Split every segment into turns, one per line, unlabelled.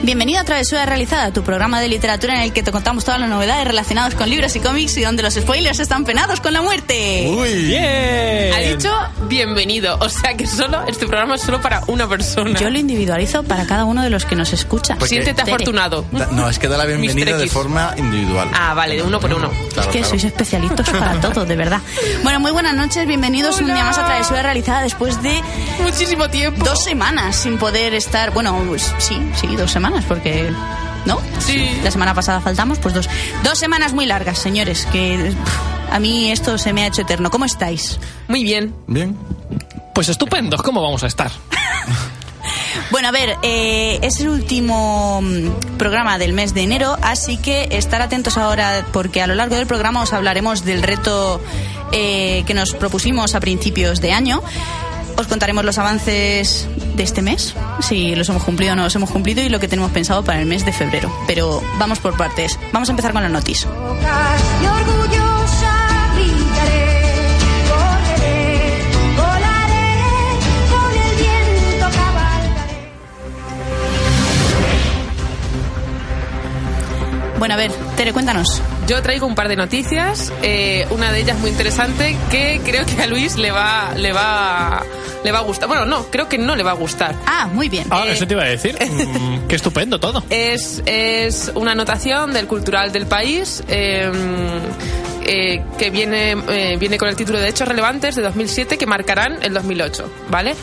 Bienvenido a Travesura Realizada, tu programa de literatura en el que te contamos todas las novedades relacionadas con libros y cómics y donde los spoilers están penados con la muerte.
Uy,
Ha dicho bienvenido, o sea que solo este programa es solo para una persona.
Yo lo individualizo para cada uno de los que nos escucha.
Porque-
Siéntete
Tere.
afortunado.
Da- No, es que da la bienvenida
Mr.
de
X.
forma individual.
Ah, vale, de uno por uno.
Es
Claro,
que
claro.
sois especialistas para todo, de verdad. Bueno, muy buenas noches, bienvenidos un día más a Travesura Realizada después de
Muchísimo tiempo.
dos em- semanas sin poder estar. Bueno, pues, sí, sí, dos semanas, porque. ¿No?
Sí.
La semana pasada faltamos, pues dos. Dos semanas muy largas, señores, que. pff, A mí esto se me ha hecho eterno. ¿Cómo estáis?
Muy bien.
Bien.
Pues estupendos, ¿cómo vamos a estar?
Bueno, a ver, eh, es el último mm, programa del mes de enero, así que estar atentos ahora porque a lo largo del programa os hablaremos del reto eh, que nos propusimos a principios de año. Os contaremos los avances de este mes, si los hemos cumplido o no los hemos cumplido y lo que tenemos pensado para el mes de febrero. Pero vamos por partes. Vamos a empezar con la noticia.
y orgullosa brindaré, correré, volaré, con el viento cabalgaré.
Bueno, a ver, Tere, cuéntanos.
Yo traigo un par de noticias, eh, una de ellas muy interesante que creo que a Luis le va, le va, le va a gustar. Bueno, no, creo que no le va a gustar.
Ah, muy bien.
Ah,
Eh.
eso te iba a decir. Mm, qué estupendo todo.
eh,
Es, es una anotación del cultural del país eh, eh, que viene, eh, viene con el título de Hechos Relevantes de 2007 que marcarán el 2008, ¿vale?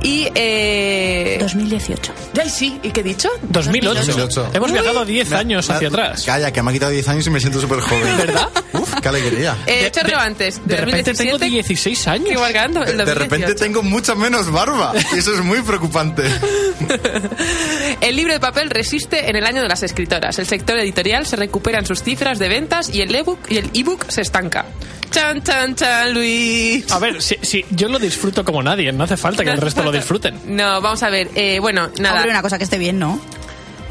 Y... Eh,
2018.
ay, sí, ¿y qué he dicho?
2008.
2008.
Hemos
Uy.
viajado 10 años hacia
Me ha-
atrás.
Calla, que me ha quitado 10 años y me siento súper joven.
¿Verdad?
Uf, qué alegría.
Eh,
De-
Hechos
de-
Relevantes de,
De repente tengo
2017,
16 años.
que marcarán el
De, de
2018.
repente tengo mucha menos barba. Y eso es muy preocupante.
El libro de papel resiste en el año de las escritoras. El sector editorial se recupera en sus cifras de ventas y el ebook y el ebook se estanca. Chan chan chan Luis.
A ver, si, si yo lo disfruto como nadie, no hace falta que el resto lo disfruten.
No, vamos a ver. eh, bueno, nada.
Hombre, una cosa que esté bien, ¿no?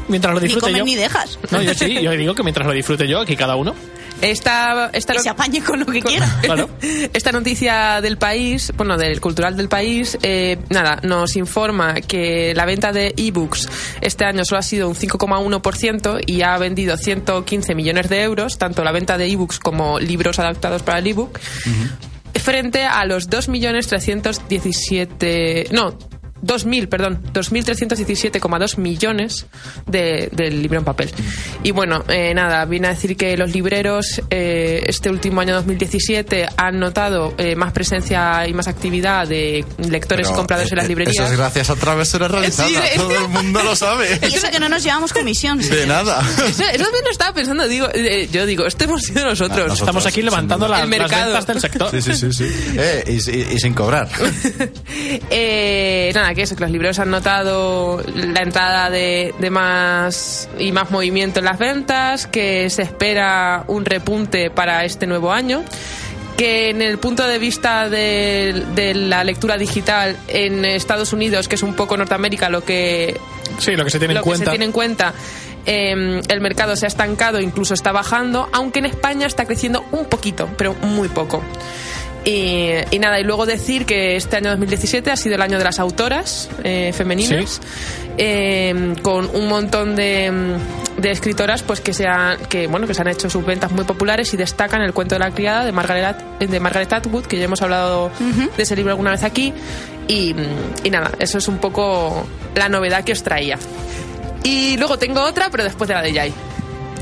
Mientras lo
Ni
disfrute
comes
yo.
ni dejas.
No, yo sí, yo digo que mientras lo disfrute yo, aquí cada uno.
Esta, esta
Que
no-
se apañe con lo que quiera.
Claro.
Esta noticia del país, bueno, del cultural del país, eh, nada, nos informa que la venta de ebooks este año solo ha sido un 5,1% y ha vendido 115 millones de euros, tanto la venta de ebooks como libros adaptados para el ebook, frente a los 2.317. No. 2.000, perdón, 2.317,2 millones de- del libro en papel. Y bueno, eh, nada, viene a decir que los libreros eh, este último año 2017 han notado eh, más presencia y más actividad de lectores y
Pero,
compradores en las
eh,
librerías.
Eso es gracias a Travesura Realizada.
Sí, ¿eh? sí.
Todo el mundo lo sabe.
Y eso que no nos llevamos comisión.
De nada.
Eso, eso también lo estaba pensando, digo, eh, yo digo, esto hemos sido nosotros.
Ah,
Estamos aquí
sin
levantando
duda.
la-
El
las
mercado.
ventas del sector.
Sí, sí, sí. sí. Eh, y, y- y sin cobrar.
Eh, nada, que eso, que los libreros han notado la entrada de, de más y más movimiento en las ventas, que se espera un repunte para este nuevo año, que en el punto de vista de, de la lectura digital en Estados Unidos, que es un poco Norteamérica lo que
Sí, lo que se tiene en
lo que se
cuenta.
tiene en cuenta, eh, el mercado se ha estancado, incluso está bajando, aunque en España está creciendo un poquito, pero muy poco. Y, y nada, y luego decir que este año 2017 ha sido el año de las autoras eh, femeninas, eh, con un montón de, mm, de escritoras pues que se han, que, bueno, que se han hecho sus ventas muy populares y destacan el cuento de la criada de Margaret, de Margaret Atwood, que ya hemos hablado de ese libro alguna vez aquí. Y, mm, y nada, eso es un poco la novedad que os traía. Y luego tengo otra, pero después de la de Yay.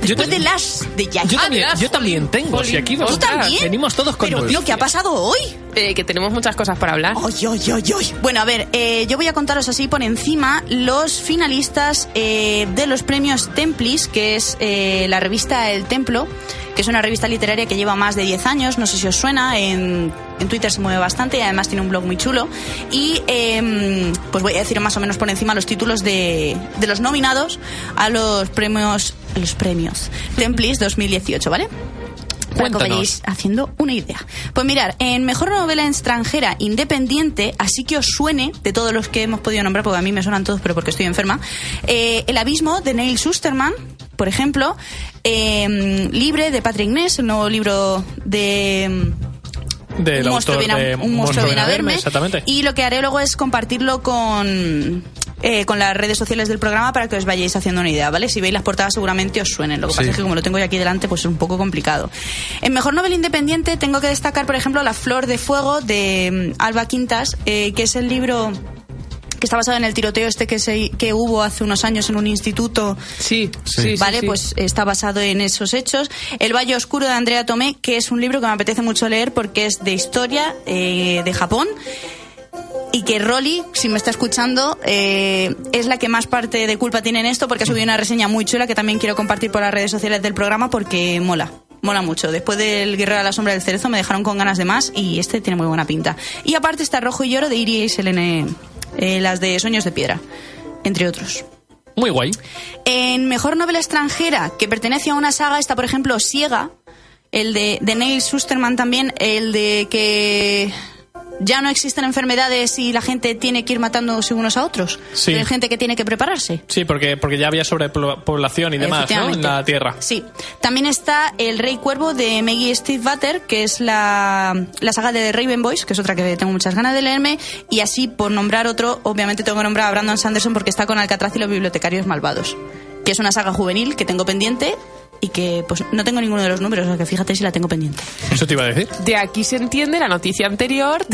Yo
Después
te-
de las de Yaya.
Yo
Ah,
también,
verás,
yo también
jolín,
tengo.
jolín.
Si aquí
¿Tú
vamos-
también?
venimos todos con
Pero lo
noticias.
que ha pasado hoy.
Eh, que tenemos muchas cosas para hablar.
Ay, ay, ay, ay. Bueno, a ver, eh, yo voy a contaros así por encima los finalistas eh, de los premios Templis, que es eh, la revista El Templo, que es una revista literaria que lleva más de 10 años, no sé si os suena, en, en Twitter se mueve bastante y además tiene un blog muy chulo. Y eh, pues voy a decir más o menos por encima los títulos de, de los nominados a los premios, a los premios Templis 2018, ¿vale? para que os
Cuéntanos.
vayáis haciendo una idea. Pues mirar, en Mejor Novela Extranjera Independiente, así que os suene, de todos los que hemos podido nombrar, porque a mí me suenan todos, pero porque estoy enferma, eh, El Abismo de Neil Susterman, por ejemplo, eh, Libre de Patrick Ness, el nuevo libro de...
Del
Un monstruo
autor
viene a-
de
un monstruo viene a verme.
Exactamente.
Y lo que haré luego es compartirlo con, eh, con las redes sociales del programa para que os vayáis haciendo una idea, ¿vale? Si veis las portadas seguramente os suenen. Lo que pasa es que como lo tengo yo aquí delante, pues es un poco complicado. En Mejor Novela Independiente tengo que destacar, por ejemplo, La Flor de Fuego de mm, Alba Quintas, eh, que es el libro que está basado en el tiroteo este que, se, que hubo hace unos años en un instituto
Sí, sí, sí,
vale,
sí.
pues está basado en esos hechos. El Valle Oscuro de Andrea Tomé, que es un libro que me apetece mucho leer porque es de historia eh, de Japón. Y que Rolly, si me está escuchando, eh, es la que más parte de culpa tiene en esto porque ha subido una reseña muy chula que también quiero compartir por las redes sociales del programa porque mola. Mola mucho. Después del Guerrero a la Sombra del Cerezo me dejaron con ganas de más y este tiene muy buena pinta. Y aparte está Rojo y Lloro de Iris y Selene, eh, las de Sueños de Piedra, entre otros.
Muy guay.
En Mejor Novela Extranjera, que pertenece a una saga, está, por ejemplo, Ciega, el de, de Neil Susterman también, el de que ya no existen enfermedades y la gente tiene que ir matándose unos a otros.
Sí.
Hay gente que tiene que prepararse.
Sí, porque, porque ya había sobrepoblación y demás, ¿no? En
Efectivamente.
la Tierra.
Sí. También está El Rey Cuervo de Maggie Steve Butter, que es la, la saga de Raven Boys, que es otra que tengo muchas ganas de leerme. Y así, por nombrar otro, obviamente tengo que nombrar a Brandon Sanderson porque está con Alcatraz y los bibliotecarios malvados, que es una saga juvenil que tengo pendiente y que pues no tengo ninguno de los números, o sea que fíjate si la tengo pendiente.
Eso te iba a decir.
De aquí se entiende la noticia anterior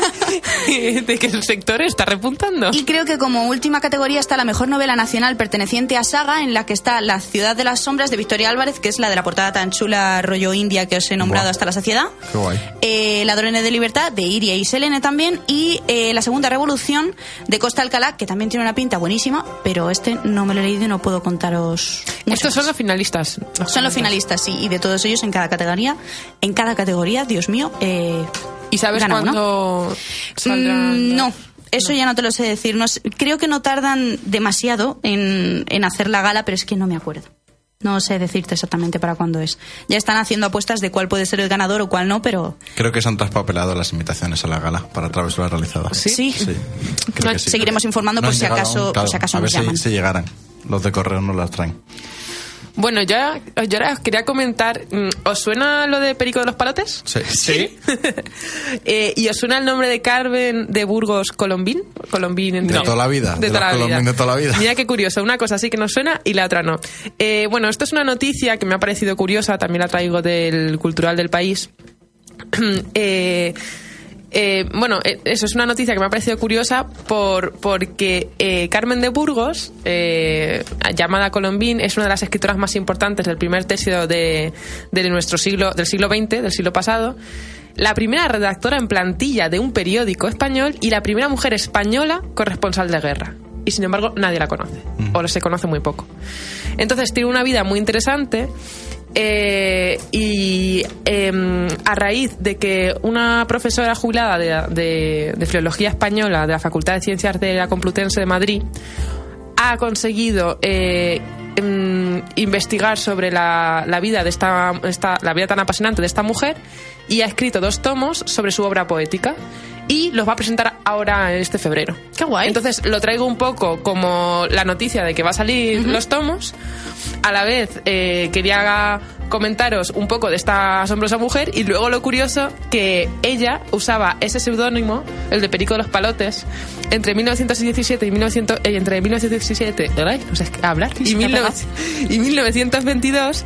de, de que el sector está repuntando.
Y creo que como última categoría está la mejor novela nacional perteneciente a saga, en la que está La ciudad de las sombras de Victoria Álvarez, que es la de la portada tan chula rollo india que os he nombrado
Buah.
hasta la saciedad.
Qué guay.
Eh, Ladrones de libertad de Iria y Selene también. Y eh, La segunda revolución de Costa Alcalá, que también tiene una pinta buenísima, pero este no me lo he leído y no puedo contaros. mucho
Estos son
más.
los finalistas.
Son los finalistas, sí, y de todos ellos en cada categoría, en cada categoría, Dios mío, eh,
¿Y sabes
gana uno.
cuándo saldrán?
Mm, no, eso ya no te lo sé decir. No sé- creo que no tardan demasiado en, en hacer la gala, pero es que no me acuerdo. No sé decirte exactamente para cuándo es. Ya están haciendo apuestas de cuál puede ser el ganador o cuál no, pero
Creo que se han traspapelado las invitaciones a la gala para travesuras realizadas.
Sí.
sí.
Sí, creo que sí.
Seguiremos informando por
han
si
llegado
acaso- por si acaso
a ver
nos llaman.
Si, si llegaran. Los de correo no las traen.
Bueno, yo, yo ahora os quería comentar. mm, ¿Os suena lo de Perico de los Palotes?
Sí.
Sí.
Eh, ¿Y os suena el nombre de Carmen de Burgos Colombín? Colombín entre-
De toda la vida, de los Colombín de toda la vida.
Mira qué curioso, una cosa sí que nos suena y la otra no. Eh, bueno, esto es una noticia que me ha parecido curiosa, también la traigo del Cultural del País. Eh, eh, bueno, eh, eso es una noticia que me ha parecido curiosa por, porque eh, Carmen de Burgos, eh, llamada Colombín, es una de las escritoras más importantes del primer tercio de, de nuestro siglo, del siglo XX, del siglo pasado. La primera redactora en plantilla de un periódico español y la primera mujer española corresponsal de guerra. Y sin embargo, nadie la conoce, o se conoce muy poco. Entonces tiene una vida muy interesante eh, y em, a raíz de que una profesora jubilada de, de- de Filología Española de la Facultad de Ciencias de la Complutense de Madrid ha conseguido eh, em, investigar sobre la, la vida de esta, esta- la vida tan apasionante de esta mujer y ha escrito dos tomos sobre su obra poética y los va a presentar ahora en este febrero.
Qué guay.
Entonces lo traigo un poco como la noticia de que va a salir los tomos. A la vez eh, quería comentaros un poco de esta asombrosa mujer y luego lo curioso que ella usaba ese seudónimo, el de Perico de los Palotes, entre 1917 y 1900, eh, entre 1917 ay, no sé hablar, y,
Se te ha
19
pegado.
y 1922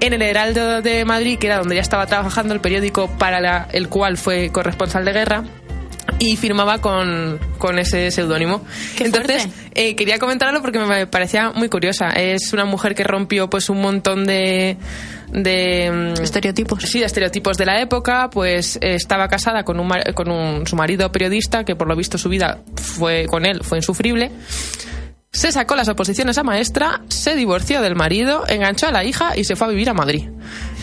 en el Heraldo de Madrid, que era donde ya estaba trabajando el periódico para la- el cual fue corresponsal de guerra. Y firmaba con, con ese seudónimo.
¡Qué
Entonces,
fuerte!
eh, quería comentarlo porque me parecía muy curiosa. Es una mujer que rompió pues un montón de... de mm,
Estereotipos.
Sí, de estereotipos de la época, pues eh, estaba casada con, un, mar- con un- su marido periodista, que por lo visto su vida fue con él fue insufrible. Se sacó las oposiciones a maestra, se divorció del marido, enganchó a la hija y se fue a vivir a Madrid.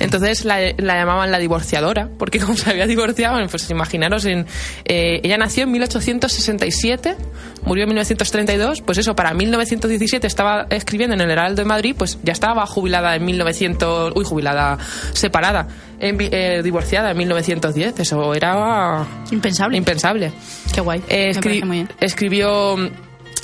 Entonces la, la llamaban la divorciadora, porque como se había divorciado, bueno, pues imaginaros, en, eh, ella nació en 1867, murió en 1932, pues eso, para 1917 estaba escribiendo en el Heraldo de Madrid, pues ya estaba jubilada en 1900, uy, jubilada, separada, en vi- eh, divorciada en 1910, eso era
Impensable.
impensable.
Qué guay.
Eh,
Me
escri-
parece muy bien.
Escribió mm,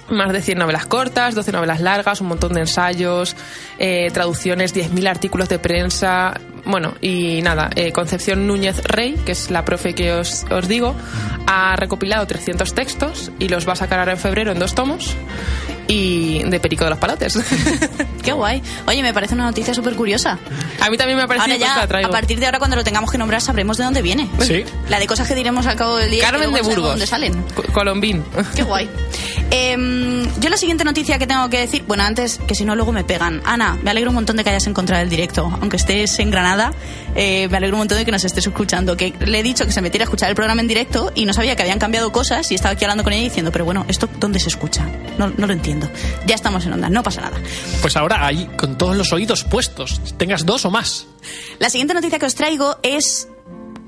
más de 100 novelas cortas, 12 novelas largas, un montón de ensayos, eh, traducciones, 10.000 artículos de prensa. Bueno, y nada, eh, Concepción Núñez Rey, que es la profe que os, os digo, ha recopilado 300 textos y los va a sacar ahora en febrero en dos tomos y de Perico de los Palotes.
Qué guay. Oye, me parece una noticia súper curiosa.
a mí también me ha parecido
Ahora
pues,
ya,
la traigo.
a partir de ahora, cuando lo tengamos que nombrar, sabremos de dónde viene.
Sí.
La de cosas que diremos al cabo del día. y que
Carmen de
luego no
Burgos.
sabemos ¿Dónde salen?
Co- Colombín.
Qué guay. Em, yo la siguiente noticia que tengo que decir, bueno, antes que si no luego me pegan. Ana, me alegro un montón de que hayas encontrado el directo, aunque estés en Granada, eh, me alegro un montón de que nos estés escuchando. Que le he dicho que se metiera a escuchar el programa en directo y no sabía que habían cambiado cosas y estaba aquí hablando con ella diciendo, pero bueno, esto dónde se escucha, no, no lo entiendo. Ya estamos en onda, no pasa nada.
Pues ahora ahí, con todos los oídos puestos, tengas dos o más.
La siguiente noticia que os traigo es...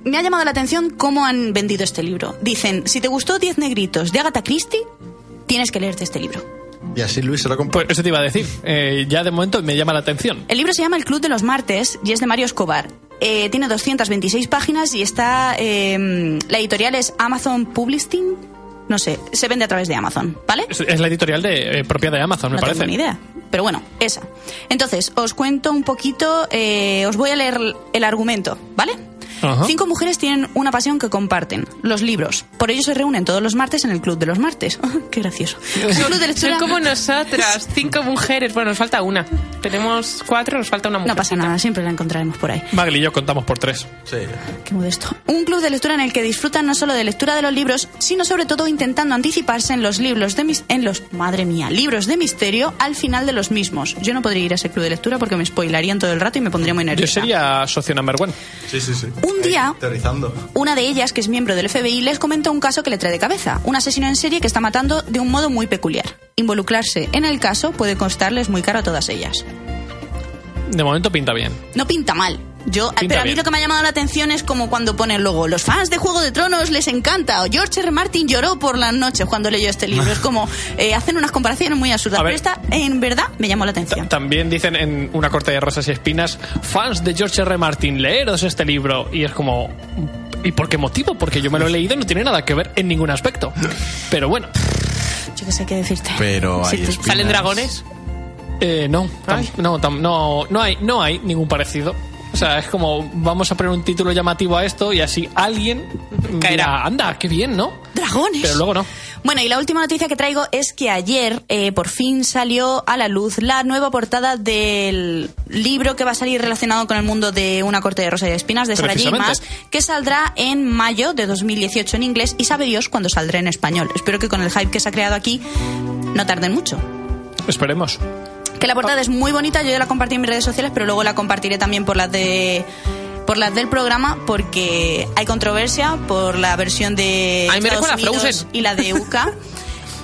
Me ha llamado la atención cómo han vendido este libro. Dicen, si te gustó Diez negritos de Agatha Christie, tienes que leerte este libro.
Y así Luis se lo compró.
Pues eso te iba a decir. Eh, ya de momento me llama la atención.
El libro se llama El Club de los Martes y es de Mario Escobar. Eh, tiene 226 páginas y está. eh, la editorial es Amazon Publishing. No sé, se vende a través de Amazon, ¿vale?
Es, es la editorial de, eh, propia de Amazon, me
no
parece.
tengo ni idea. Pero bueno, esa. Entonces, os cuento un poquito, eh, os voy a leer el argumento, ¿vale?
Ajá.
Cinco mujeres tienen una pasión que comparten, los libros. Por ello se reúnen todos los martes en el Club de los Martes. Qué gracioso. El Club de
Son
Lectura-
como nosotras, cinco mujeres. Bueno, nos falta una. Tenemos cuatro, nos falta una mujer.
No pasa nada, siempre la encontraremos por ahí.
Magli y yo contamos por tres.
Sí.
Qué modesto. Un club de lectura en el que disfrutan no solo de lectura de los libros, sino sobre todo intentando anticiparse en los libros de mis en los madre mía, libros de misterio al final de los mismos. Yo no podría ir a ese club de lectura porque me spoilarían todo el rato y me pondría muy
Yo
nerviosa.
sería socio number one.
Sí, sí, sí.
Un día-
Teorizando.
Una de ellas, que es miembro del FBI, les comenta un caso que le trae de cabeza. Un asesino en serie que está matando de un modo muy peculiar. Involucrarse en el caso puede costarles muy caro a todas ellas.
De momento pinta bien.
No pinta mal. Yo,
Pinta
pero a mí
bien.
lo que me ha llamado la atención es como cuando ponen luego los fans de Juego de Tronos les encanta o George R. R. Martin lloró por las noches cuando leyó este libro. Es como eh, hacen unas comparaciones muy absurdas.
A
Pero
ver.
esta, en verdad, me llamó la
Ta-
atención.
También dicen en una corte de rosas y espinas, fans de George R. R. Martin, leeros este libro. Y es como, ¿y por qué motivo? Porque yo me lo he leído y no tiene nada que ver en ningún aspecto. Pero bueno,
Yo qué sé qué decirte.
Pero
Sí,
hay
tú-
espinas.
¿Salen dragones?
eh, no, tam-
Ay.
no, tam- no, no hay, no hay ningún parecido. O sea, es como, vamos a poner un título llamativo a esto y así alguien
Caerá.
dirá, Anda, qué bien, ¿no?
Dragones.
Pero luego no.
Bueno, y la última noticia que traigo es que ayer eh, por fin salió a la luz la nueva portada del libro que va a salir relacionado con el mundo de Una corte de rosa y de espinas de Sara J. Maas,
Precisamente.
que saldrá en mayo de 2018 en inglés y sabe Dios cuándo saldrá en español. Espero que con el hype que se ha creado aquí no tarden mucho.
Esperemos.
Que la
Oh.
portada es muy bonita, yo ya la compartí en mis redes sociales, pero luego la compartiré también por las de por las del programa porque hay controversia por la versión de
Ay, me
Estados
recuerda a
Unidos
Frozen.
y la de UCA.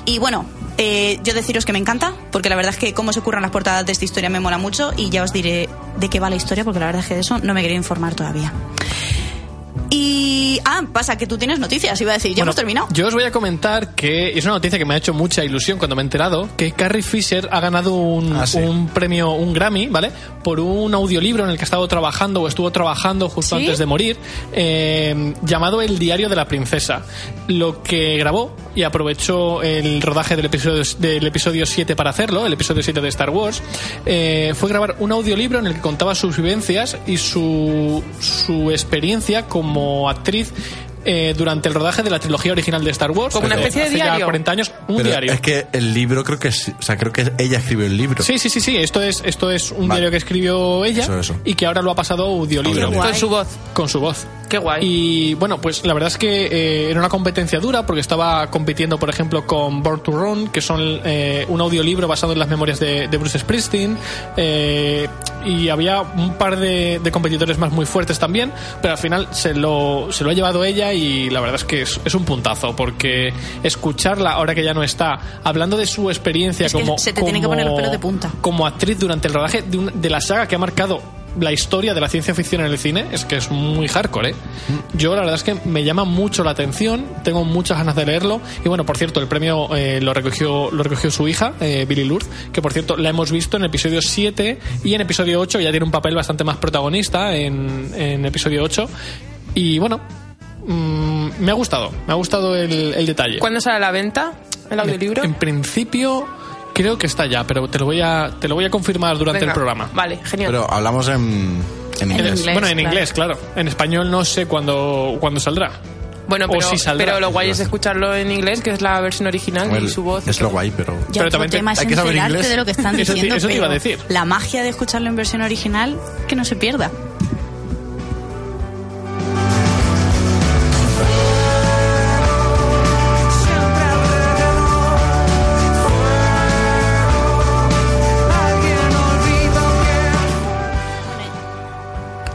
y bueno, eh, yo deciros que me encanta, porque la verdad es que cómo se ocurran las portadas de esta historia me mola mucho y ya os diré de qué va la historia, porque la verdad es que de eso no me quería informar todavía. Y Ah, pasa que tú tienes noticias, iba a decir, ya
Bueno,
hemos terminado.
Yo os voy a comentar que y es una noticia que me ha hecho mucha ilusión cuando me he enterado que Carrie Fisher ha ganado un,
Ah, sí.
un premio, un Grammy, ¿vale? Por un audiolibro en el que ha estado trabajando o estuvo trabajando justo
¿Sí?
antes de morir, eh, llamado El Diario de la Princesa. Lo que grabó y aprovechó el rodaje del episodio, del episodio 7 para hacerlo, el episodio 7 de Star Wars, eh, fue grabar un audiolibro en el que contaba sus vivencias y su, su experiencia como actriz. eh, durante el rodaje de la trilogía original de Star Wars,
Como una
pero
especie de
hace ya
diario.
40 años, un
Pero
diario.
Es que el libro creo que es, o sea, creo que ella escribió el libro.
Sí, sí, sí, sí. Esto es, esto es un
Vale.
diario que escribió ella
Eso, eso.
y que ahora lo ha pasado a audiolibro
Qué guay.
Con su voz.
con su voz.
Qué guay.
Y bueno, pues la verdad es que eh, era una competencia dura porque estaba compitiendo, por ejemplo, con Born to Run, que son eh, un audiolibro basado en las memorias de, de Bruce Springsteen. eh, y había un par de, de competidores más muy fuertes también, pero al final se lo, se lo ha llevado ella y la verdad es que es, es un puntazo porque escucharla ahora que ya no está, hablando de su experiencia
Es que
como.
se te tienen que poner los
como-
pelos de punta.
Como actriz durante el rodaje de, un- de la saga que ha marcado la historia de la ciencia ficción en el cine, es que es muy hardcore, ¿eh? Yo la verdad es que me llama mucho la atención, tengo muchas ganas de leerlo. Y bueno, por cierto, el premio eh, lo, recogió, lo recogió su hija, eh, Billy Lourdes, que por cierto la hemos visto en episodio 7 y en episodio 8 ya tiene un papel bastante más protagonista en, en episodio 8. Y bueno, mm, me ha gustado, me ha gustado el, el detalle.
¿Cuándo sale a la venta el
este
audiolibro?
En principio creo que está ya, pero te lo voy a te lo voy a confirmar durante
Venga,
el programa.
Vale, genial.
Pero hablamos en, en
En
inglés.
inglés.
bueno, en
claro.
inglés, claro. En español no sé cuándo cuándo saldrá.
bueno,
o
pero,
si saldrá.
pero lo guay es escucharlo en inglés, que es la versión original
Bueno,
y su voz.
Es lo guay, pero.
Ya
Pero
otro
también te-
tema es
hay que saber
enterarte
inglés.
de lo que están
Eso te-
diciendo,
eso te iba a
pero
decir.
la magia de escucharlo en versión original que no se pierda.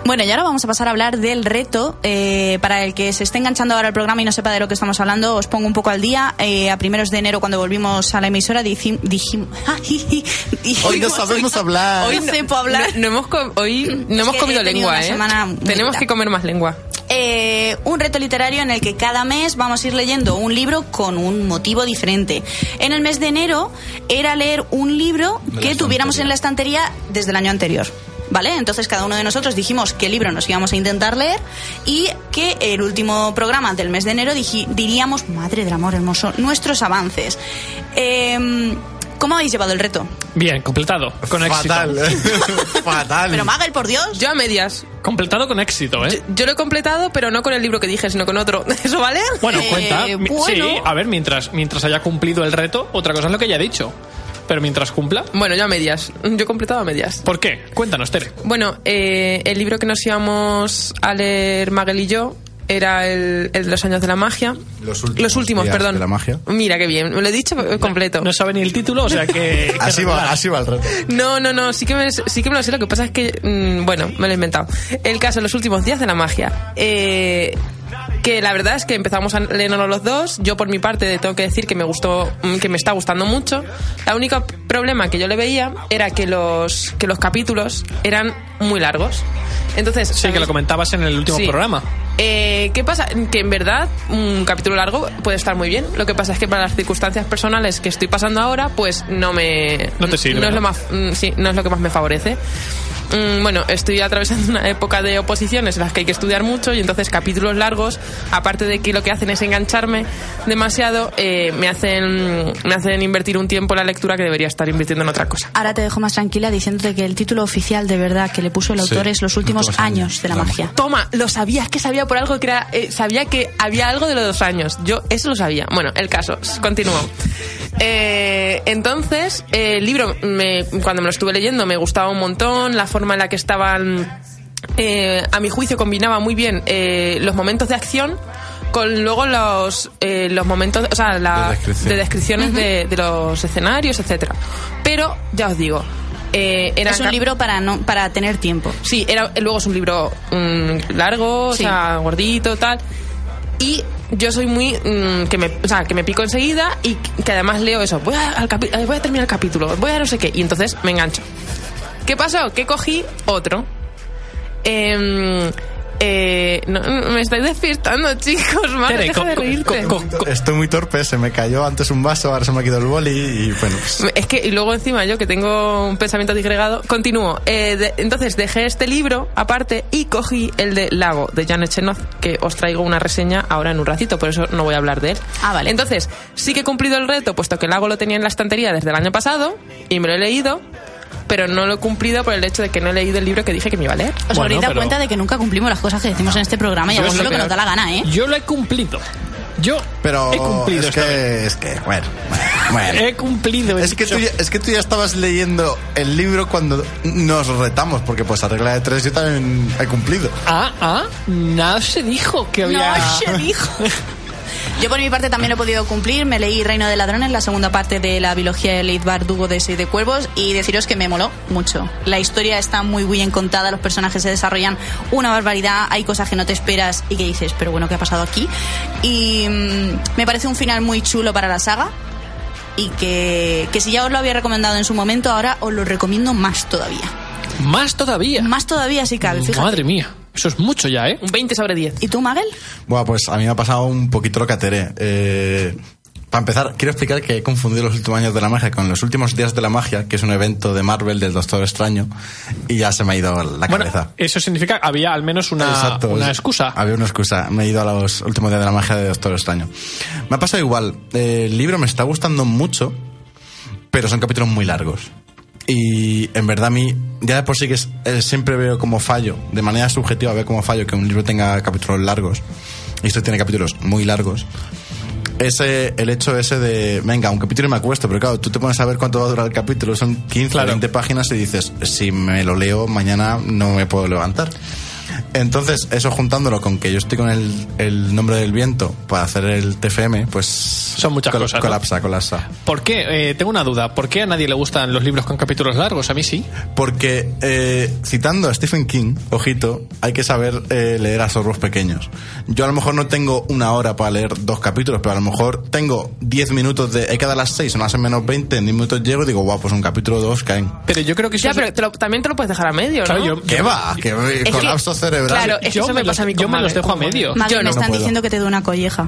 Bueno, y ahora vamos a pasar a hablar del reto. Eh, para el que se esté enganchando ahora el programa y no sepa de lo que estamos hablando, os pongo un poco al día. Eh, a primeros de enero, cuando volvimos a la emisora, dijim- dijim- dijimos...
Hoy no sabemos hablar.
Hoy no sepo hablar.
No, no hemos, com- hoy no hemos
que
comido
he tenido
lengua,
una
¿eh?
semana muy
Tenemos
dura.
que comer más lengua.
Eh, un reto literario en el que cada mes vamos a ir leyendo un libro con un motivo diferente. En el mes de enero era leer un libro
De la
que tuviéramos
estantería.
en la estantería desde el año anterior. ¿Vale? Entonces cada uno de nosotros dijimos qué libro nos íbamos a intentar leer y que el último programa del mes de enero diji- diríamos, madre del amor hermoso, nuestros avances. Em, ¿Cómo habéis llevado el reto?
Bien, completado con
Fatal. ¿eh?
éxito.
Fatal.
Pero Magel, por Dios.
Yo a medias.
¿eh?
Completado con éxito, ¿eh?
Yo lo he completado, pero no con el libro que dije, sino con otro. ¿Eso vale?
Bueno,
Eh,
cuenta. Mi-
bueno.
Sí, a ver, mientras mientras haya cumplido el reto, otra cosa es lo que haya dicho. Pero mientras cumpla,
Bueno, yo a medias. Yo he completado a medias.
¿por qué? Cuéntanos, Tere.
Bueno, eh, el libro que nos íbamos a leer Magel y yo era el, el de los años de la magia.
Los últimos días
perdón.
de la magia.
Mira qué bien, me lo he dicho eh, completo.
No sabe ni el título, o sea que que
Así
regular.
va, así va el reto.
No, no, no, sí que me, sí que me lo sé, lo que pasa es que, mm, bueno, me lo he inventado. El caso, los últimos días de la magia. Eh, que la verdad es que empezamos a leernos los dos. Yo, por mi parte, tengo que decir que me gustó, mm, que me está gustando mucho. La única problema que yo le veía era que los, que los capítulos eran muy largos. Entonces,
Sí, que lo comentabas en el último
Sí.
programa.
Eh, ¿Qué pasa? Que en verdad un capítulo largo puede estar muy bien. Lo que pasa es que para las circunstancias personales que estoy pasando ahora, pues no me.
No te sirve,
No es, lo
¿no?
más, mm, sí, no es lo que más me favorece. Mm, Bueno, estoy atravesando una época de oposiciones en las que hay que estudiar mucho y entonces capítulos largos, aparte de que lo que hacen es engancharme demasiado, eh, me, hacen, me hacen invertir un tiempo en la lectura que debería estar invirtiendo en otra cosa.
Ahora te dejo más tranquila diciéndote que el título oficial de verdad que le puso el autor
Sí,
es Los últimos
últimos
años,
años
de la
de la
magia.
Toma, lo sabía, es que sabía por algo que era, eh, sabía que había algo de los dos años. Yo eso lo sabía. Bueno, el caso, s- continúo. Eh, entonces, eh, el libro, me- cuando me lo estuve leyendo, me gustaba un montón, la forma en la que estaban, eh, a mi juicio, combinaba muy bien eh, los momentos de acción con luego los, eh, los momentos, o sea, la,
De descripción.
de descripciones de, de los escenarios, etcétera. Pero, ya os digo, eh, eran
Es un
cap-
libro para no para tener tiempo.
Sí, era, luego es un libro mm, largo,
Sí.
o sea, gordito, tal. Y yo soy muy. mm, que, me, o sea, que me pico enseguida y que además leo eso. Voy a, al capi- eh, voy a terminar el capítulo, voy a no sé qué. Y entonces me engancho. ¿Qué pasó? Que cogí otro. Em, Eh, no, me estáis despistando, chicos. Mar,
Tere,
deja
co-
de
co-
reírte.
co- co-
Estoy muy torpe, se me cayó antes un vaso, ahora se me ha quitado el boli y bueno, pues,
Es que, y luego encima yo que tengo un pensamiento disgregado, continúo. Eh, de- entonces dejé este libro aparte y cogí el de Lago, de Jan Echenoz, que os traigo una reseña ahora en un ratito, por eso no voy a hablar de él.
Ah, vale.
Entonces, sí que he cumplido el reto, puesto que el Lago lo tenía en la estantería desde el año pasado y me lo he leído, pero no lo he cumplido por el hecho de que no he leído el libro que dije que me iba a leer.
Os
Bueno,
habréis dado
pero-
cuenta de que nunca cumplimos las cosas que decimos en este programa y
Yo
hacemos
es
lo
lo
que nos
peor.
da la gana, ¿eh?
Yo lo he cumplido. Yo
pero
he cumplido
es
esta vez.
que, es que, bueno, bueno.
He cumplido. he
Es que,
dicho.
tú ya, es que tú ya estabas leyendo el libro cuando nos retamos, porque pues a regla de tres yo también he cumplido.
Ah, ah, nada se dijo que había...
No se dijo. Yo por mi parte también lo he podido cumplir, me leí Reino de Ladrones, la segunda parte de la biología de Leith Bardugo de Seis de Cuervos y deciros que me moló mucho. La historia está muy bien contada, los personajes se desarrollan una barbaridad, hay cosas que no te esperas y que dices, pero bueno, ¿qué ha pasado aquí? Y mm, me parece un final muy chulo para la saga y que, que si ya os lo había recomendado en su momento, ahora os lo recomiendo más todavía.
Más todavía.
Más todavía si cabe, fíjate.
Madre mía. Eso es mucho ya, ¿eh?
Un 20 sobre 10.
¿Y tú, Magel?
Bueno, pues a mí me ha pasado un poquito lo que a Tere. Eh, para empezar, quiero explicar que he confundido los últimos años de la magia con los últimos días de la magia, que es un evento de Marvel del Doctor Extraño, y ya se me ha ido la
Bueno,
cabeza.
eso significa que había al menos una,
Exacto. pues,
una excusa.
Había una excusa. Me he ido a los últimos días de la magia de Doctor Extraño. Me ha pasado igual. Eh, El libro me está gustando mucho, pero son capítulos muy largos. Y en verdad a mí, ya de por sí que es- eh, siempre veo como fallo, de manera subjetiva veo como fallo que un libro tenga capítulos largos. Y esto tiene capítulos muy largos. Ese, el hecho ese de, venga, un capítulo y me acuesto, pero claro, tú te pones a ver cuánto va a durar el capítulo, son 15 o
Claro.
20 páginas y dices, si me lo leo mañana no me puedo levantar. Entonces, eso juntándolo con que yo estoy con el, el nombre del viento para hacer el TFM, pues... Son
muchas cosas, ¿no?
Colapsa, colapsa.
¿Por qué? Eh, tengo una duda. ¿Por qué a nadie le gustan los libros con capítulos largos? A mí sí.
Porque eh, citando a Stephen King, ojito, hay que saber eh, leer a sorbos pequeños. Yo a lo mejor no tengo una hora para leer dos capítulos, pero a lo mejor tengo 10 minutos de... He quedado a las 6, son las menos 20, en 10 minutos llego y digo, guau, pues un capítulo o dos caen.
Pero yo creo que eso
Ya,
es-
pero te lo- también te lo puedes dejar a medio,
Claro,
¿no?
yo-
¿Qué va? ¿Qué
que-
colapso cerebral?
claro, es que
Yo
eso me,
me los-
pasa a mí
yo
con
me los
Mabel.
dejo a medio.
Magel,
Yo no.
me están
puedo.
diciendo que te dé una colleja.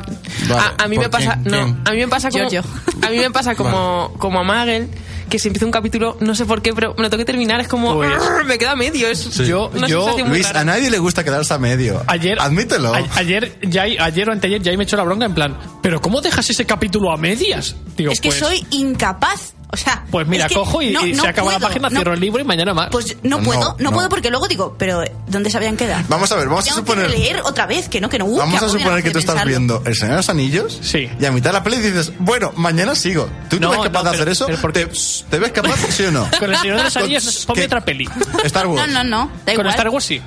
Vale,
a, a mí me
¿por quién?
pasa, no,
¿Quién?
a mí me pasa como,
Yo, yo.
a mí me pasa como, como a Magel que si empieza un capítulo no sé por qué, pero me lo tengo que terminar es como
Pues-
"Arr", me queda medio. Es
Yo-
una
yo-
sensación muy
Luis,
rara.
a nadie le gusta quedarse a medio.
Ayer,
Admítelo.
a- ayer, Jai- ayer o anteayer, Jai me echó la bronca en plan, ¿pero cómo dejas ese capítulo a medias? Digo,
es que
pues,
soy incapaz. O sea,
Pues mira,
es que
cojo y,
no-
y
no
se acaba la
puedo,
página,
no-
cierro el libro y mañana más.
Pues no,
No,
puedo, no,
no.
puedo porque luego digo, pero eh, ¿dónde se habían quedado?
Vamos a ver, vamos a
Tengo
suponer...
que leer otra vez, que no, que no. Uh,
Vamos
qué
a
agobio
suponer
de
que tú estás
pensarlo.
viendo El Señor de los Anillos
Sí.
y a mitad de la peli dices, bueno, mañana sigo. ¿Tú
No,
te ves capaz
no,
de hacer
pero-
eso?
pero ¿por
¿Te,
qué?
te ves capaz, sí o no?
Con el Señor de los Anillos,
Con-
ponme
Pues que-
otra peli.
Star
No,
Wars.
no, no. Da
Con
igual.
Star Wars sí.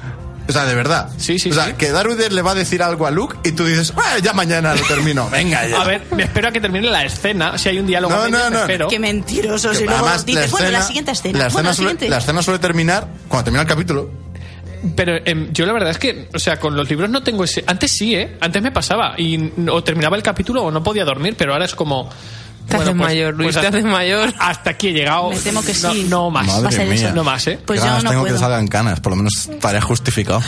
O sea, de verdad.
Sí, sí,
O sea,
sí.
que Darth Vader le va a decir algo a Luke y tú dices, "Ah, ya mañana lo termino. Venga, ya.
A ver, me espero a que termine la escena, si hay un diálogo.
No,
a medias,
no,
me
no.
espero.
Qué mentiroso.
Que
si luego
además,
dices, bueno, la siguiente escena.
la
bueno,
escena
la
suele-
siguiente.
la escena suele terminar cuando termina el capítulo.
Pero em, yo la verdad es que, o sea, con los libros no tengo ese... Antes sí, ¿eh? Antes me pasaba y n- o terminaba el capítulo o no podía dormir, pero ahora es como... pues,
Te haces mayor, Luis, te haces mayor.
Hasta Ah, aquí he llegado.
Me temo que
No-
sí.
No, más.
Madre
Va a ser
mía.
eso.
No más, ¿eh?
Pues
Qué
yo
ganas
no
tengo que
puedo.
salgan canas, por lo menos estaré justificado.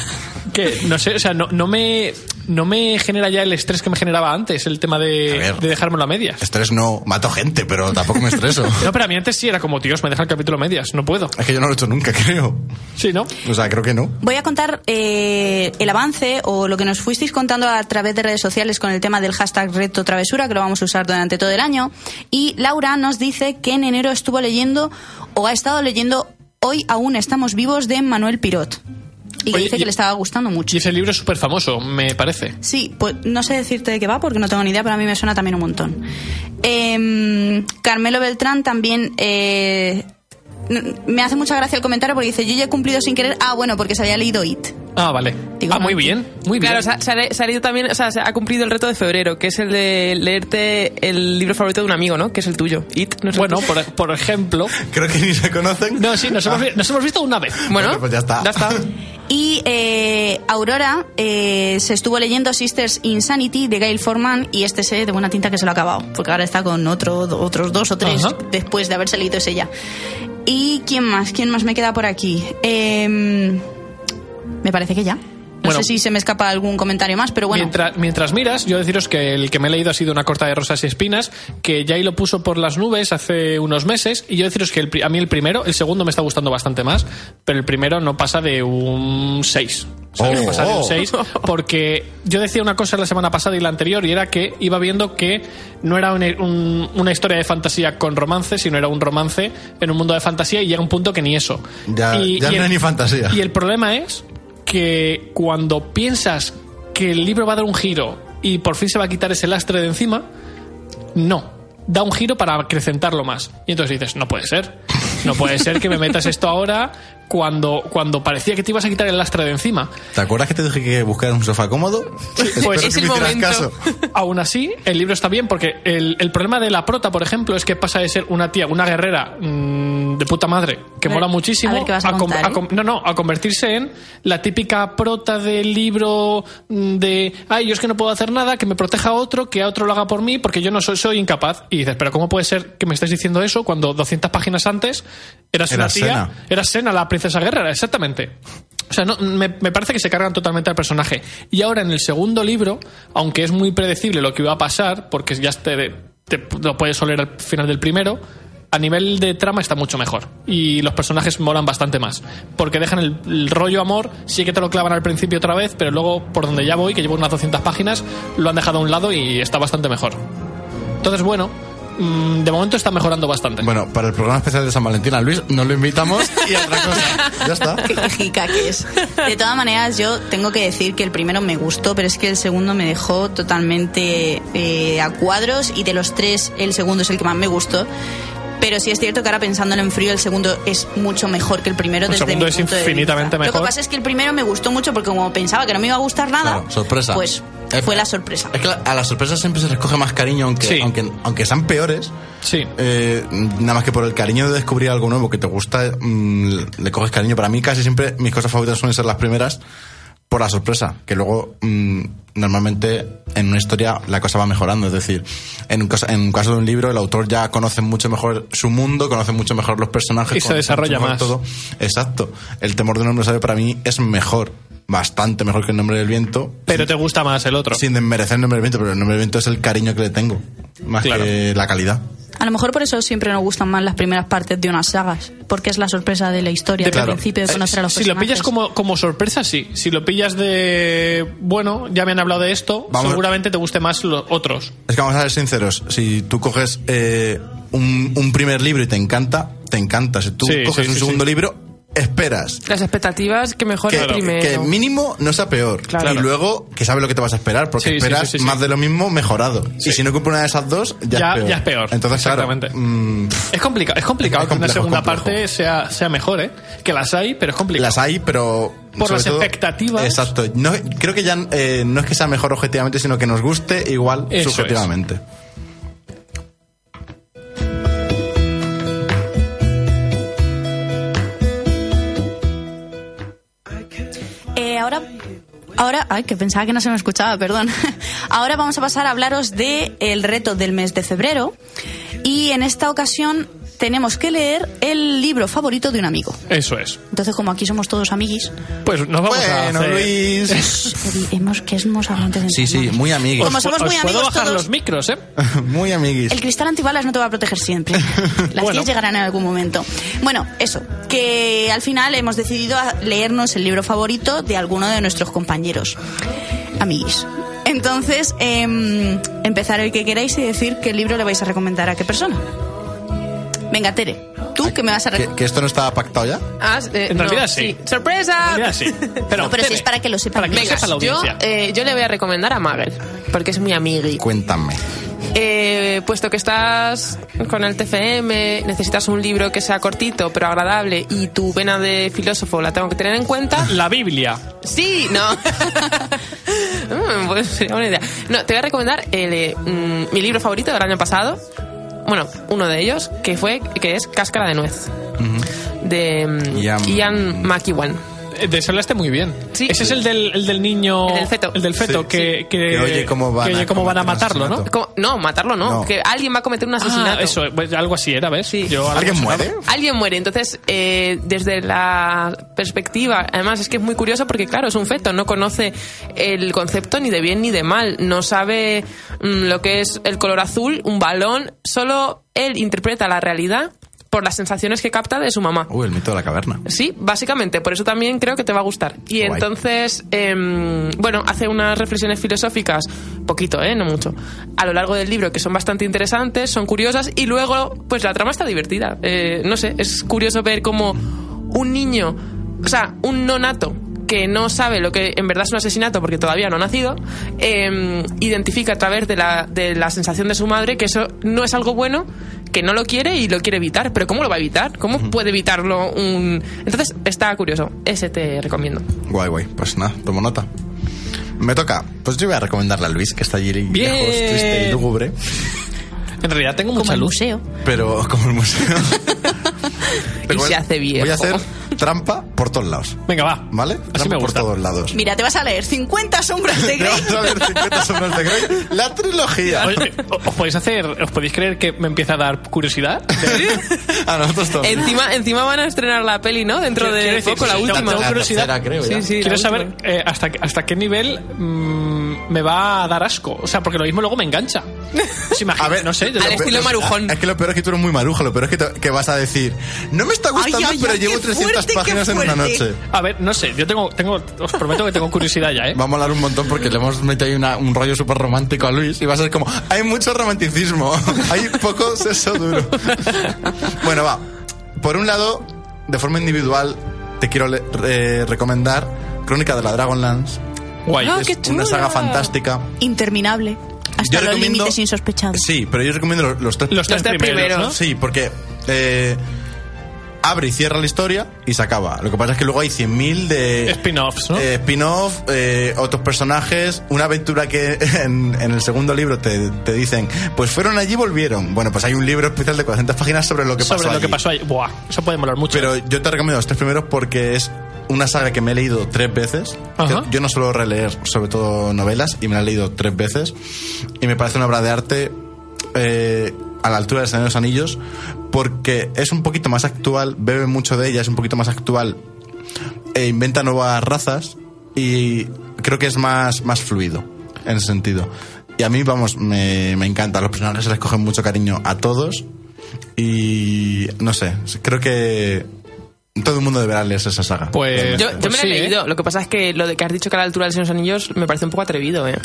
Que no sé, o sea, no, no me no me genera ya el estrés que me generaba antes el tema
A
de,
ver.
de dejármelo a medias.
Estrés no, mato gente, pero tampoco me estreso.
No, pero a mí antes sí era como, tíos, me deja el capítulo a medias, no puedo.
es que yo no lo he hecho nunca, creo.
Sí, ¿no?
O sea, creo que no.
Voy a contar eh, el avance o lo que nos fuisteis contando a través de redes sociales con el tema del hashtag reto travesura, que lo vamos a usar durante todo el año. Y Laura nos dice que en enero estuvo leyendo o ha estado leyendo Hoy aún estamos vivos de Manuel Pirot. Y que
Oye,
dice
y-
que le estaba gustando mucho.
Y ese libro es súper famoso, me parece.
Sí, pues no sé decirte de qué va porque no tengo ni idea, pero a mí me suena también un montón. Em, Carmelo Beltrán también eh, n- me hace mucha gracia el comentario porque dice, yo ya he cumplido sin querer, ah, bueno, porque se había leído It.
Ah, vale.
Digo,
ah, muy
no,
bien, muy bien.
Claro, se ha, se ha le- se ha leído también, o sea, se ha cumplido el reto de febrero, que es el de leerte el libro favorito de un amigo, ¿no? Que es el tuyo. It, no sé.
bueno, por, por ejemplo...
Creo que ni se conocen.
No, sí, nos, hemos, vi- nos hemos visto una vez.
bueno,
pues ya está.
Ya está.
Y eh, Aurora eh, se estuvo leyendo Sisters Insanity de Gail Forman y este sé de buena tinta que se lo ha acabado, porque ahora está con otro, otros dos o tres
Ajá.
después de haberse leído ese ya. ¿Y quién más? ¿Quién más me queda por aquí? Em, me parece que ya.
Bueno.
sé si se me escapa algún comentario más, pero bueno.
Mientras, mientras miras, yo deciros que el que me he leído ha sido una corta de rosas y espinas, que Jay lo puso por las nubes hace unos meses, y yo deciros que el pri- a mí el primero, el segundo me está gustando bastante más, pero el primero no pasa de un 6.
Oh.
no pasa de un 6, porque yo decía una cosa la semana pasada y la anterior, y era que iba viendo que no era un- un- una historia de fantasía con romance, sino era un romance en un mundo de fantasía, y llega un punto que ni eso.
Ya-
Y-
ya
y
no hay ni fantasía.
Y el problema es que cuando piensas que el libro va a dar un giro y por fin se va a quitar ese lastre de encima, no. Da un giro para acrecentarlo más. Y entonces dices, no puede ser. No puede ser que me metas esto ahora cuando, cuando parecía que te ibas a quitar el lastre de encima.
¿Te acuerdas que te dije que buscar un sofá cómodo? Espero
es
que
el
me hicieras
momento.
caso.
Aún así, el libro está bien porque el, el problema de la prota, por ejemplo, es que pasa de ser una tía, una guerrera mm, de puta madre, que
A ver,
mola muchísimo,
a ver qué vas a
com-
contar, ¿eh?
com- no, no, a convertirse en la típica prota del libro mm, de, ay, yo es que no puedo hacer nada, que me proteja otro, que a otro lo haga por mí, porque yo no soy, soy incapaz. Y dices, pero ¿cómo puede ser que me estés diciendo eso cuando 200 páginas antes eras
Era
una tía?
Senna.
Era Sena, la princesa guerrera, exactamente. O sea, no, me, me parece que se cargan totalmente al personaje. Y ahora en el segundo libro, aunque es muy predecible lo que iba a pasar, porque ya te, te lo puedes oler al final del primero, a nivel de trama está mucho mejor. Y los personajes molan bastante más. Porque dejan el, el rollo amor, sí que te lo clavan al principio otra vez, pero luego por donde ya voy, que llevo unas 200 páginas, lo han dejado a un lado y está bastante mejor. Entonces, bueno, mm, de momento está mejorando bastante.
Bueno, para el programa especial de San Valentín a Luis no lo invitamos y a otra cosa. Ya está.
Qué jica que es. De todas maneras, yo tengo que decir que el primero me gustó, pero es que el segundo me dejó totalmente eh, a cuadros y de los tres el segundo es el que más me gustó. Pero sí es cierto que ahora pensándolo en frío, el segundo es mucho mejor que el primero.
El
desde
segundo
mi
es
punto de vista.
infinitamente
Lo
mejor.
que pasa es que el primero me gustó mucho porque como pensaba que no me iba a gustar nada,
Claro, sorpresa.
pues
Es-
fue la sorpresa.
Es que la- a las sorpresas siempre se les coge más cariño, aunque,
Sí.
aunque, aunque sean peores.
sí.
eh, nada más que por el cariño de descubrir algo nuevo que te gusta, mm, le coges cariño. Para mí casi siempre mis cosas favoritas suelen ser las primeras por la sorpresa, que luego mm, normalmente en una historia la cosa va mejorando. Es decir, en un, caso, en un caso de un libro el autor ya conoce mucho mejor su mundo, conoce mucho mejor los personajes.
Y se
conoce
desarrolla
mucho mejor
más.
todo. Exacto. El temor de un hombre sabio para mí es mejor, bastante mejor que el nombre del viento.
Pero te gusta más el otro.
Sin desmerecer el nombre del viento, pero el nombre del viento es el cariño que le tengo, más
Claro.
que la calidad.
A lo mejor por eso siempre nos gustan más las primeras partes de unas sagas, porque es la sorpresa de la historia, del
Claro.
principio de conocer a los
Eh, si lo
personajes.
pillas como, como sorpresa, sí. Si lo pillas de, bueno, ya me han hablado de esto,
Vamos.
seguramente te guste más los otros.
Es que vamos a ser sinceros, si tú coges eh, un, un primer libro y te encanta, te encanta. Si tú
Sí,
coges
sí,
un
sí,
segundo
sí.
libro, esperas
Las expectativas que mejor
que,
el primero.
que mínimo no sea peor.
Claro.
Y luego que sabes lo que te vas a esperar, porque
Sí, sí,
esperas
sí, sí, sí.
más de lo mismo mejorado.
Sí.
Y si no cumple una de esas dos, ya,
Ya-
es peor.
ya es peor,
Entonces, claro,
exactamente.
mm,
Es complicado, es complicado
Es
que una
complejo,
segunda
complejo.
parte sea, sea mejor, ¿eh? Que las hay, pero es complicado.
las hay, pero...
Por
sobre
las expectativas.
Exacto. No, creo que ya eh, no es que sea mejor objetivamente, sino que nos guste igual
Eso es.
subjetivamente.
Eh, ahora, ahora, ay, que pensaba que no se me escuchaba, perdón. Ahora vamos a pasar a hablaros de el reto del mes de febrero y en esta ocasión tenemos que leer el libro favorito de un amigo.
Eso es.
Entonces, como aquí somos todos amiguis,
Pues nos vamos
Bueno,
a hacer...
Luis.
hemos que somos amantes de
Sí, sí, muy amiguis.
Como somos muy
Os puedo
amigos
bajar
todos-
los micros, ¿eh?
muy amiguis.
El cristal antibalas no te va a proteger siempre. Las
Bueno.
tías llegarán en algún momento. Bueno, eso, que al final hemos decidido a- leernos el libro favorito de alguno de nuestros compañeros, amiguis. Entonces, em, empezar el que queráis y decir qué libro le vais a recomendar a qué persona. Venga, Tere, tú que me vas a
¿Que,
recomendar.
que esto no estaba pactado ya?
Ah, eh,
En
no,
realidad sí.
¡Sorpresa!
Mira, sí. Pero,
Ah, No, pero si
Tere,
es para que lo sepan.
Para que lo
Venga,
sepa la
yo,
audiencia.
eh, yo le voy a recomendar a Magel, porque es mi amigui.
Cuéntame.
Eh, puesto que estás con el TFM, necesitas un libro que sea cortito pero agradable y tu vena de filósofo la tengo que tener en cuenta.
La Biblia.
Sí, no. Mm, pues sería buena idea. No, te voy a recomendar el, eh, mm, mi libro favorito del año pasado. Bueno, uno de ellos, que fue que es Cáscara de Nuez, de mm,
Ian-
Ian McEwan.
eh, deshablaste muy bien.
Sí.
Ese es el del, el del niño.
El del feto.
El del feto,
Sí,
que,
sí.
Que,
Que oye cómo van
que oye
a
cómo van a
cometer
matarlo, ¿no?
asesinato.
¿Cómo? No, matarlo no,
No.
Que alguien va a cometer un asesinato.
Ah, eso, pues, algo así era, ¿ves?
Sí.
algo
¿Alguien
así-
muere?
Alguien muere, entonces eh, desde la perspectiva, además es que es muy curioso porque claro, es un feto, no conoce el concepto ni de bien ni de mal, no sabe mm, lo que es el color azul, un balón, solo él interpreta la realidad por las sensaciones que capta de su mamá.
Uy, el mito de la caverna.
Sí, básicamente, por eso también creo que te va a gustar. Y
Guay.
entonces, em, bueno, hace unas reflexiones filosóficas, poquito, ¿eh? No mucho, a lo largo del libro, que son bastante interesantes, son curiosas, y luego, pues la trama está divertida. Eh, no sé, es curioso ver cómo un niño, o sea, un nonato que no sabe lo que en verdad es un asesinato porque todavía no ha nacido, em, identifica a través de la, de la sensación de su madre que eso no es algo bueno, que no lo quiere y lo quiere evitar. Pero ¿cómo lo va a evitar? ¿Cómo puede evitarlo un...? Entonces está curioso. Ese te recomiendo.
Guay, guay. Pues nada, tomo nota. Me toca. Pues yo voy a recomendarle a Luis, que está allí
Bien.
lejos, triste y lúgubre.
En realidad tengo mucha
el
luz.
museo.
Pero como el museo.
Y se hace viejo.
Voy a hacer trampa por todos lados.
Venga, va.
¿Vale?
Así
Trampa
me
por
gusta.
todos lados.
Mira, te vas a leer 50 sombras de
Te
Grey.
vas a ver 50 sombras de Grey. La trilogía.
Oye, eh, ¿Os podéis hacer, os podéis creer que me empieza a dar curiosidad?
a nosotros todos.
Encima, encima van a estrenar la peli, ¿no? Dentro
Quiero-
de
quiero decir,
poco, la
sí,
última.
tengo
La
curiosidad.
tercera, creo, ya.
Sí, sí, la
Quiero
última.
saber eh, hasta, hasta qué nivel mm, me va a dar asco. O sea, porque lo mismo luego me engancha. Os imagino-
A ver,
no sé. yo
lo
al
tengo-
peor-
estilo marujón.
Es que lo peor es que tú eres muy marujo, lo peor es que, te- que vas a decir, no me está gustando,
Ay, ay,
pero
ay,
llevo
qué
300
fuerte, qué
páginas en una
fuerte.
noche.
A ver, no sé. Yo tengo, tengo, os prometo que tengo curiosidad ya, ¿eh?
Va a molar un montón porque le hemos metido ahí una- un rollo súper romántico a Luis y va a ser como, hay mucho romanticismo, hay poco sexo duro. bueno, va. Por un lado, de forma individual, te quiero le- eh, recomendar Crónica de la Dragonlance.
Guay.
Ah,
es
qué
una
chula.
saga fantástica.
Interminable. Hasta
Yo
los
recomiendo-
límites insospechados.
Sí, pero yo recomiendo los, los tres
Los tres
Los tres
primeros,
primeros,
¿no?
Sí, porque eh, abre y cierra la historia y se acaba. Lo que pasa es que luego hay 100.000 de
Spin-offs, ¿no?
eh, spin-off, eh, otros personajes, una aventura que en, en el segundo libro te, te dicen, pues fueron allí y volvieron. Bueno, pues hay un libro especial de 400 páginas sobre lo que
Sobre
pasó
lo que
allí.
pasó ahí. Buah, eso puede molar mucho.
Pero yo te recomiendo los tres primeros porque es una saga que me he leído tres veces.
Ajá.
Yo no suelo releer, sobre todo novelas, y me la he leído tres veces. Y me parece una obra de arte eh, a la altura del Señor de los Anillos porque es un poquito más actual, bebe mucho de ella, es un poquito más actual e inventa nuevas razas y creo que es más, más fluido en ese sentido. Y a mí, vamos, me, me encanta. Los personajes se les cogen mucho cariño a todos y no sé, creo que todo el mundo deberá leerse esa saga.
Pues-
Yo, yo
Pues
me la
sí,
he
¿eh?
leído. Lo que pasa es que lo de que has dicho que a la altura del Señor de los Anillos me parece un poco atrevido, ¿eh?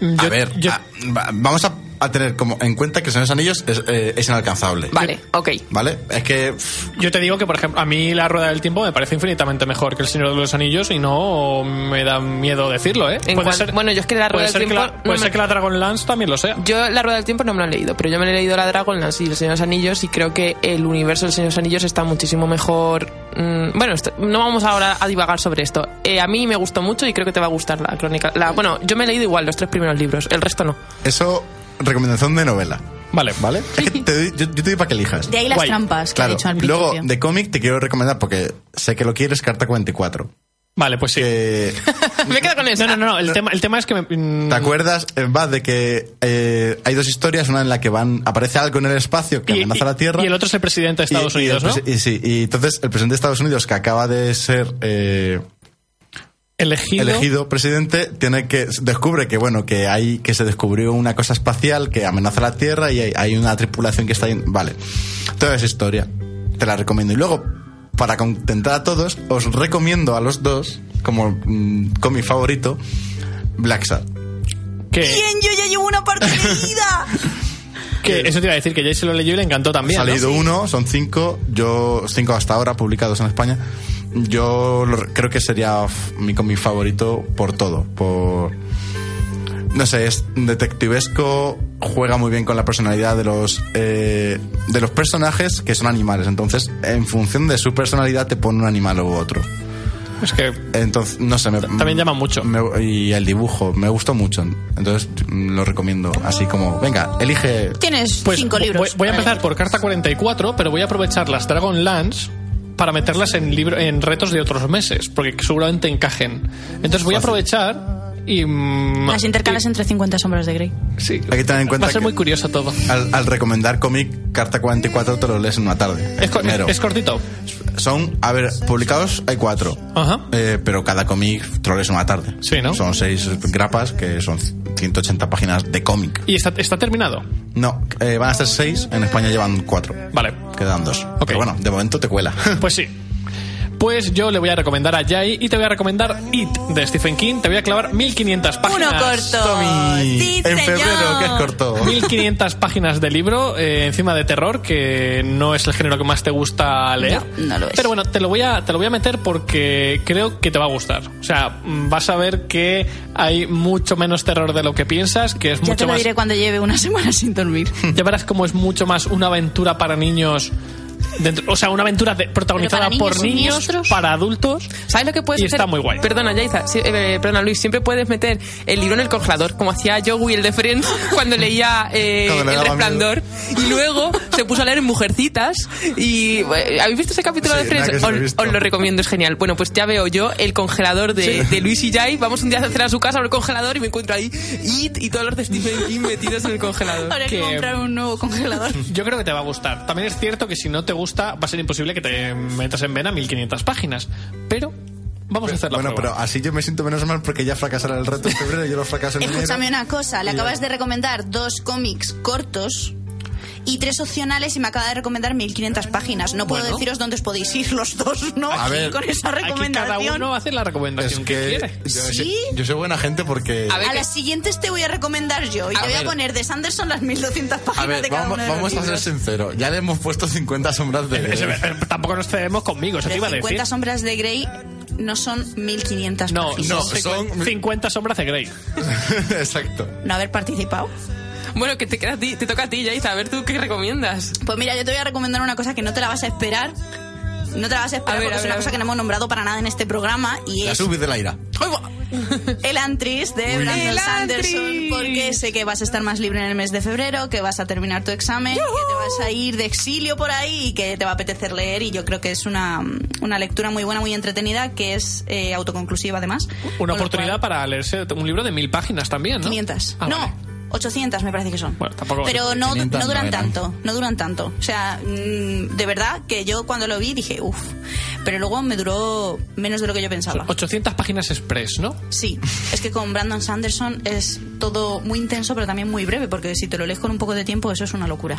mm, Yo-
a ver,
yo-
a- va- vamos a, a tener como en cuenta que Señor de los Anillos es, eh, es inalcanzable.
Vale, ok.
¿Vale? Es que pff,
Yo te digo que, por ejemplo, a mí la rueda del tiempo me parece infinitamente mejor que el Señor de los Anillos y no me da miedo decirlo, ¿eh?
En cuan- bueno, yo es que la Rueda
puede
del
ser que
Tiempo
la-
no
puede
me-
ser que la Dragonlance también lo sea.
Yo La Rueda del Tiempo no me la he leído, pero yo me he leído La Dragonlance y El Señor de los Anillos y creo que el universo del Señor de los Anillos está muchísimo mejor... mm, bueno, esto- no vamos ahora a divagar sobre esto. Eh, a mí me gustó mucho y creo que te va a gustar la crónica. La, bueno, yo me he leído igual los tres primeros libros, el resto no.
eso, recomendación de novela.
Vale.
¿Vale? Es que te doy- yo, yo te doy para que elijas.
De ahí las
Guay.
trampas que
Claro.
he dicho al principio.
Luego, de cómic te quiero recomendar porque sé que lo quieres, Carta 44.
Vale, pues sí.
Que,
me quedo con eso.
No, no, no, no, El, tema, el tema es que me, mm,
¿Te acuerdas? eh, Va de que eh, hay dos historias, una en la que van aparece algo en el espacio que
y-
amenaza la Tierra.
Y el otro es el presidente de Estados
Y- y el
Unidos, ¿no?
presi- y sí, y entonces el presidente de Estados Unidos, que acaba de ser eh,
Elegido.
elegido presidente, tiene que descubre que bueno que hay que se descubrió una cosa espacial que amenaza la Tierra y hay, hay una tripulación que está ahí. Vale, toda esa historia te la recomiendo. Y luego para contentar a todos, os recomiendo a los dos como mm, cómic favorito Black Shark.
Que,
Bien, yo ya llevo una parte leída.
que eso te iba a decir, que Jay se lo leyó y le encantó también.
ha
¿no?
leído uno, son cinco, yo cinco hasta ahora publicados en España. Yo lo re- creo que sería f- mi cómic favorito por todo, por no sé, es detectivesco, juega muy bien con la personalidad de los eh, de los personajes que son animales, entonces en función de su personalidad te pone un animal u otro.
Es que
Entonces, no sé, me-
También llama mucho.
me- y el dibujo me gustó mucho, entonces mm, lo recomiendo, así como, venga, elige
Tienes
Pues
cinco
voy-
libros.
Voy a empezar
Vale.
por carta 44, pero voy a aprovechar las Dragonlance para meterlas en, libro, en retos de otros meses, porque seguramente encajen. Entonces voy a aprovechar y... mm,
Las intercalas entre 50 sombras de Grey.
Sí.
Hay que tener en cuenta
Va a ser
que-
muy curioso todo.
Al, al recomendar cómic, Carta 44 te lo lees en una tarde. el
Es, co-
primero.
es cortito.
Son, a ver, publicados hay cuatro.
Ajá.
Eh, pero cada cómic te lo lees en una tarde.
Ah. Sí, ¿no?
Son seis grapas que son 180 páginas de cómic.
Y está, está terminado.
No, eh, van a ser seis. En España llevan cuatro.
Vale.
Quedan dos.
Ok.
Pero bueno, de momento te cuela.
Pues sí. Pues yo le voy a recomendar a Jai y te voy a recomendar It de Stephen King. Te voy a clavar 1500
Uno
páginas.
corto.
Tommy,
Oh, Sí,
en
señor.
febrero, que es corto.
1500 páginas de libro eh, encima de terror, que no es el género que más te gusta leer.
No, no lo es.
Pero bueno, te lo, voy a, te lo voy a meter porque creo que te va a gustar. O sea, mm, vas a ver que hay mucho menos terror de lo que piensas, que es
Ya te
mucho
lo
más.
diré cuando lleve una semana sin dormir.
Ya verás cómo es mucho más una aventura para niños. dentro- o sea, una aventura de- protagonizada
niños
por niños,
siniestros.
para adultos.
¿Sabes lo que puedes
Y
hacer?
está muy guay.
Perdona, Yaiza, sí, eh, perdona, Luis, siempre puedes meter el libro en el congelador, como hacía Joey el de Friends cuando leía eh,
Cuando le
El
daba
Resplandor. Y luego se puso a leer Mujercitas. Y, eh, ¿Habéis visto ese capítulo
Sí,
de Friends?
nada que se lo he
Os,
visto.
os lo recomiendo, es genial. Bueno, pues ya veo yo el congelador de, de Luis y Jai. Vamos un día a hacer a su casa, abro el congelador y me encuentro ahí It y todos los de Stephen King metidos en el congelador.
Habrá que
Que-
comprar un nuevo congelador.
Yo creo que te va a gustar. También es cierto que si no te gusta, va a ser imposible que te metas en vena 1500 páginas. Pero vamos a hacer la
bueno, pero
prueba.
así yo me siento menos mal porque ya fracasará el reto en febrero y yo lo fracaso en enero.
Escúchame una cosa, le acabas de recomendar dos cómics cortos y tres opcionales y me acaba de recomendar 1500 páginas. No puedo
Bueno.
deciros dónde os podéis ir los dos, ¿no?
A ver,
con esa
Aquí cada
recomendación.
uno hace la recomendación que, quiere.
yo,
¿Sí?
yo soy buena gente porque...
A ver,
A las siguientes te voy a recomendar yo y te voy a
ver.
poner de Sanderson las 1200 páginas
A ver,
de cada
vamos,
uno de
vamos a
los
ser
libros.
sinceros. Ya le hemos puesto 50 sombras de...
Ese- eh, tampoco nos cedemos conmigo, eso te
Pero
iba a decir.
50 sombras de Grey no son 1500
No,
páginas.
no,
No,
son
son-
50 sombras de Grey.
Exacto.
No haber participado.
bueno, que te, queda a ti- te toca a ti, Yaiza, a ver tú qué recomiendas.
Pues mira, yo te voy a recomendar una cosa que no te la vas a esperar. No te la vas a esperar
A ver,
porque
a
es
ver,
una
a
cosa
ver.
que no hemos nombrado para nada en este programa y
La
es
subí de la ira.
El Antris de Brandon
El
Sanderson,
Antris.
porque sé que vas a estar más libre en el mes de febrero, que vas a terminar tu examen, que te vas a ir de exilio por ahí y que te va a apetecer leer. Y yo creo que es una, una lectura muy buena, muy entretenida, que es eh, autoconclusiva además. Con lo
Una oportunidad
cual,
para leerse un libro de mil páginas también, ¿no?
500.
Ah,
no.
vale.
800 me parece que son.
Bueno, tampoco-
Pero no,
500
no duran
no eran.
tanto, no duran tanto. O sea, mm, de verdad que yo cuando lo vi dije, uff, pero luego me duró menos de lo que yo pensaba.
800 páginas express, ¿no?
Sí, es que con Brandon Sanderson es todo muy intenso, pero también muy breve, porque si te lo lees con un poco de tiempo, eso es una locura.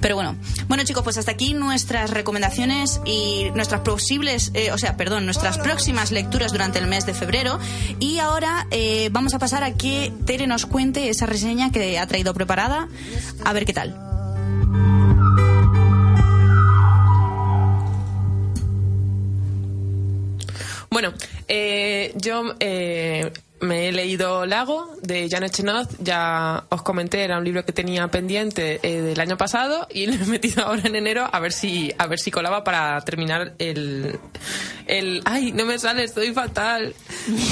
Pero bueno, bueno chicos, pues hasta aquí nuestras recomendaciones y nuestras posibles, eh, o sea, perdón, nuestras próximas lecturas durante el mes de febrero. Y ahora eh, vamos a pasar a que Tere nos cuente esa reseña que ha traído preparada, a ver qué tal.
Bueno, eh, yo eh, me he leído Lago de Janet Chenoz. Ya os comenté, era un libro que tenía pendiente eh, del año pasado y lo he metido ahora en enero a ver si a ver si colaba para terminar el el. Ay, no me sale, estoy fatal.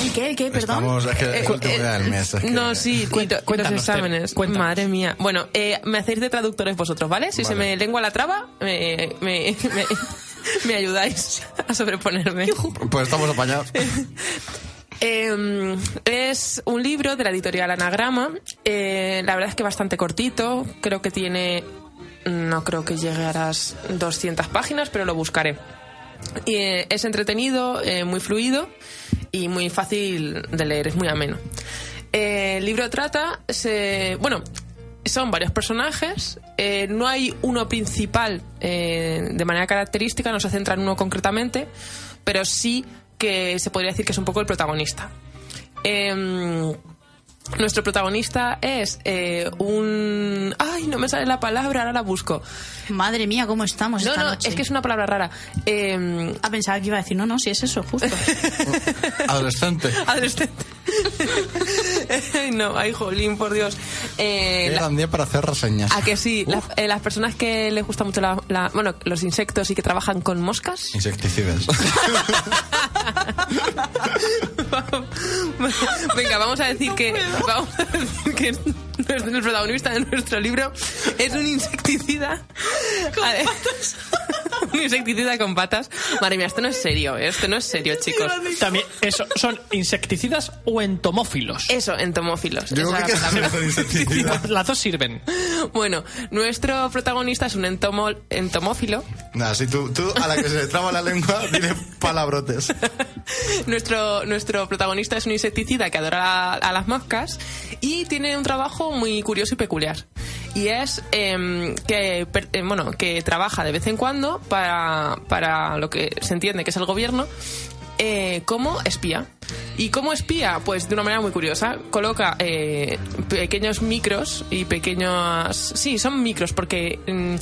¿El qué? ¿El qué? Perdón.
Estamos, es que
Eh,
es el último
eh,
día del mes. es que-
No, sí, y
Cuenta-
to- los
cuéntanos,
exámenes.
Tere, cuéntanos.
Madre mía. Bueno, eh, me hacéis de traductores vosotros, ¿vale? Si se
Vale.
me lengua la traba, me, me, me- me ayudáis a sobreponerme.
Pues estamos apañados.
Eh, es un libro de la editorial Anagrama. Eh, la verdad es que bastante cortito. Creo que tiene. No creo que llegue a las 200 páginas, pero lo buscaré. Y, eh, es entretenido, eh, muy fluido y muy fácil de leer, es muy ameno. Eh, el libro trata, se, bueno, son varios personajes, eh, no hay uno principal eh, de manera característica, no se centra en uno concretamente, pero sí que se podría decir que es un poco el protagonista. Em, nuestro protagonista es eh, un... ¡Ay, no me sale la palabra! Ahora la busco.
Madre mía, ¿cómo estamos?
No,
Pues esta
no,
noche?
es que es una palabra rara. Em,
Ah, pensaba que iba a decir, no, no, si es eso, justo.
Adolescente.
adolescente. Ay, no, ay, jolín, por Dios. Eh,
Qué
la-
gran día para hacer reseñas.
a que sí, las, eh, las personas que les gusta mucho la, la- bueno, los insectos y que trabajan con moscas.
Insecticidas.
Venga, vamos a decir que vamos a decir que nuestro- el protagonista de nuestro libro es un insecticida. A ver. un insecticida con patas. Madre mía, esto no es serio, ¿eh? esto no es serio, chicos.
También, eso, ¿son insecticidas o entomófilos?
Eso, entomófilos.
Yo
Esa
creo
era
que
la
es
palabra.
una insecticida.
Las dos sirven.
Bueno, nuestro protagonista es un entomo- entomófilo.
Nada, si tú, tú a la que se le traba la lengua, dile palabrotes.
Nuestro, nuestro protagonista es un insecticida que adora a, a las moscas y tiene un trabajo muy curioso y peculiar. Y es em, que, per- em, bueno, que trabaja de vez en cuando para, para lo que se entiende que es el gobierno eh, como espía. ¿Y cómo espía? Pues de una manera muy curiosa. Coloca eh, pequeños micros y pequeños... Sí, son micros porque... mm,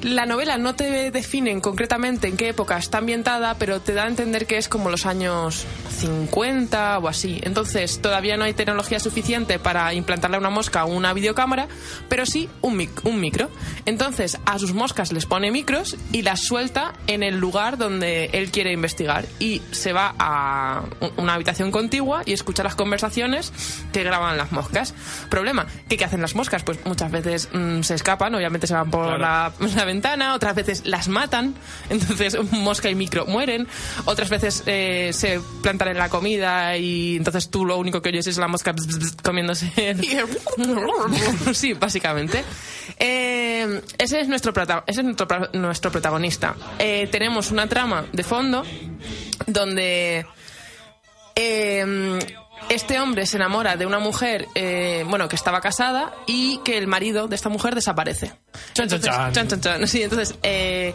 la novela no te definen concretamente en qué época está ambientada, pero te da a entender que es como los años 50 o así. Entonces, todavía no hay tecnología suficiente para implantarle a una mosca una videocámara, pero sí un, mic- un micro. Entonces, a sus moscas les pone micros y las suelta en el lugar donde él quiere investigar. Y se va a u- una habitación contigua y escucha las conversaciones que graban las moscas. Problema, ¿qué, qué hacen las moscas? Pues muchas veces mm, se escapan, obviamente se van por
Claro.
la la ventana, otras veces las matan, entonces mosca y micro mueren, otras veces eh, se plantan en la comida y entonces tú lo único que oyes es la mosca bzz, bzz, comiéndose. el- sí, básicamente. Eh, ese es nuestro, prota- ese es nuestro, pro- nuestro protagonista. Eh, tenemos una trama de fondo donde eh, este hombre se enamora de una mujer, eh, bueno, que estaba casada y que el marido de esta mujer desaparece.
Chan, chan,
Entonces-
chan.
chan, chan. Sí, entonces, eh,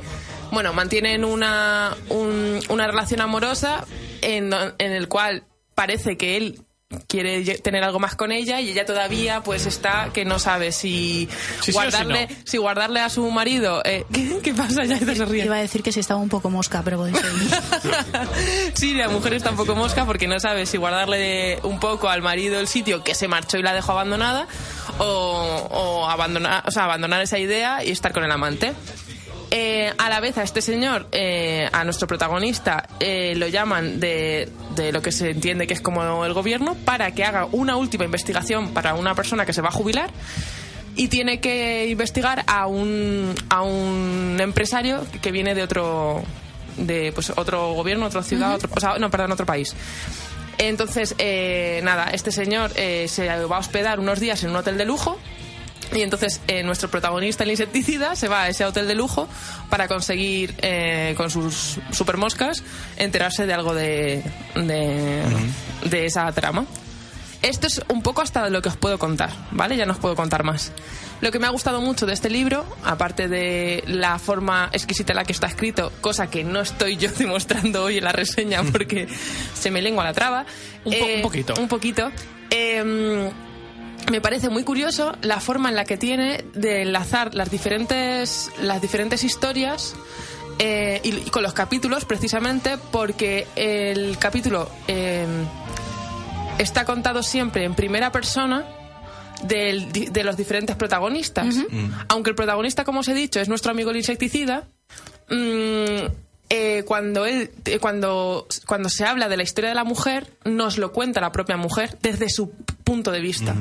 bueno, mantienen una, un- una relación amorosa en, do- en el cual parece que él quiere lle- tener algo más con ella y ella todavía pues está que no sabe si
sí o si
guardarle
no.
si guardarle a su marido eh, ¿qué, qué pasa ya se ríe
Iba a decir que si estaba un poco mosca, pero podéis seguir.
Sí, la mujer está un poco mosca porque no sabe si guardarle un poco al marido el sitio que se marchó y la dejó abandonada o, o abandonar, o sea, abandonar esa idea y estar con el amante. Eh, a la vez a este señor, eh, a nuestro protagonista, eh, lo llaman de, de lo que se entiende que es como el gobierno para que haga una última investigación para una persona que se va a jubilar y tiene que investigar a un, a un empresario que viene de otro de pues otro gobierno, otra ciudad, otro, o sea, no, perdón, otro país. Entonces, eh, nada, este señor eh, se va a hospedar unos días en un hotel de lujo y entonces eh, nuestro protagonista, el insecticida, se va a ese hotel de lujo para conseguir, eh, con sus supermoscas, enterarse de algo de, de, de esa trama. Esto es un poco hasta lo que os puedo contar, ¿vale? Ya no os puedo contar más. Lo que me ha gustado mucho de este libro, aparte de la forma exquisita en la que está escrito, cosa que no estoy yo demostrando hoy en la reseña porque se me lengua la traba.
Un po- un poquito.
Un poquito. eh, me parece muy curioso la forma en la que tiene de enlazar las diferentes, las diferentes historias eh, y, y con los capítulos precisamente porque el capítulo eh, está contado siempre en primera persona del- di- de los diferentes protagonistas. Aunque el protagonista, como os he dicho, es nuestro amigo el insecticida, mm, eh, cuando él eh, cuando cuando se habla de la historia de la mujer nos lo cuenta la propia mujer desde su p- punto de vista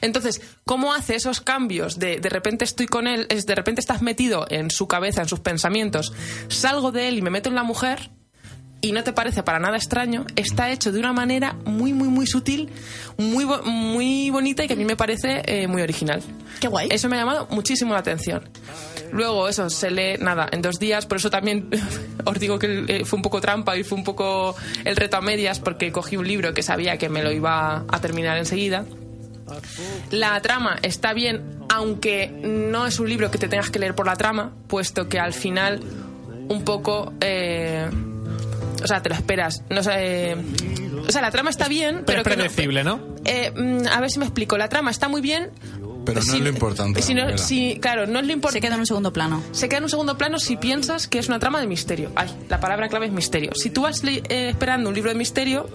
entonces cómo hace esos cambios de de repente estoy con él es de repente estás metido en su cabeza en sus pensamientos salgo de él y me meto en la mujer y no te parece para nada extraño, está hecho de una manera muy, muy, muy sutil, muy, bo- muy bonita y que a mí me parece eh, muy original.
Qué guay.
Eso me ha llamado muchísimo la atención. Luego, eso, se lee nada, en dos días, por eso también os digo que eh, fue un poco trampa y fue un poco el reto a medias, porque cogí un libro que sabía que me lo iba a terminar enseguida. La trama está bien, aunque no es un libro que te tengas que leer por la trama, puesto que al final un poco... eh, o sea, te lo esperas. No, sé, eh, o sea, la trama está bien,
Pero
pero,
es
que no-
predecible, ¿no?
eh, mm, a ver si me explico. La trama está muy bien.
Pero no
si-
es lo importante,
si
la
no-
novela.
si- claro, no es lo
Se
importante.
queda en un segundo plano.
Se queda en un segundo plano si piensas que es una trama de misterio. Ay, la palabra clave es misterio. Si tú vas le- eh, esperando un libro de misterio,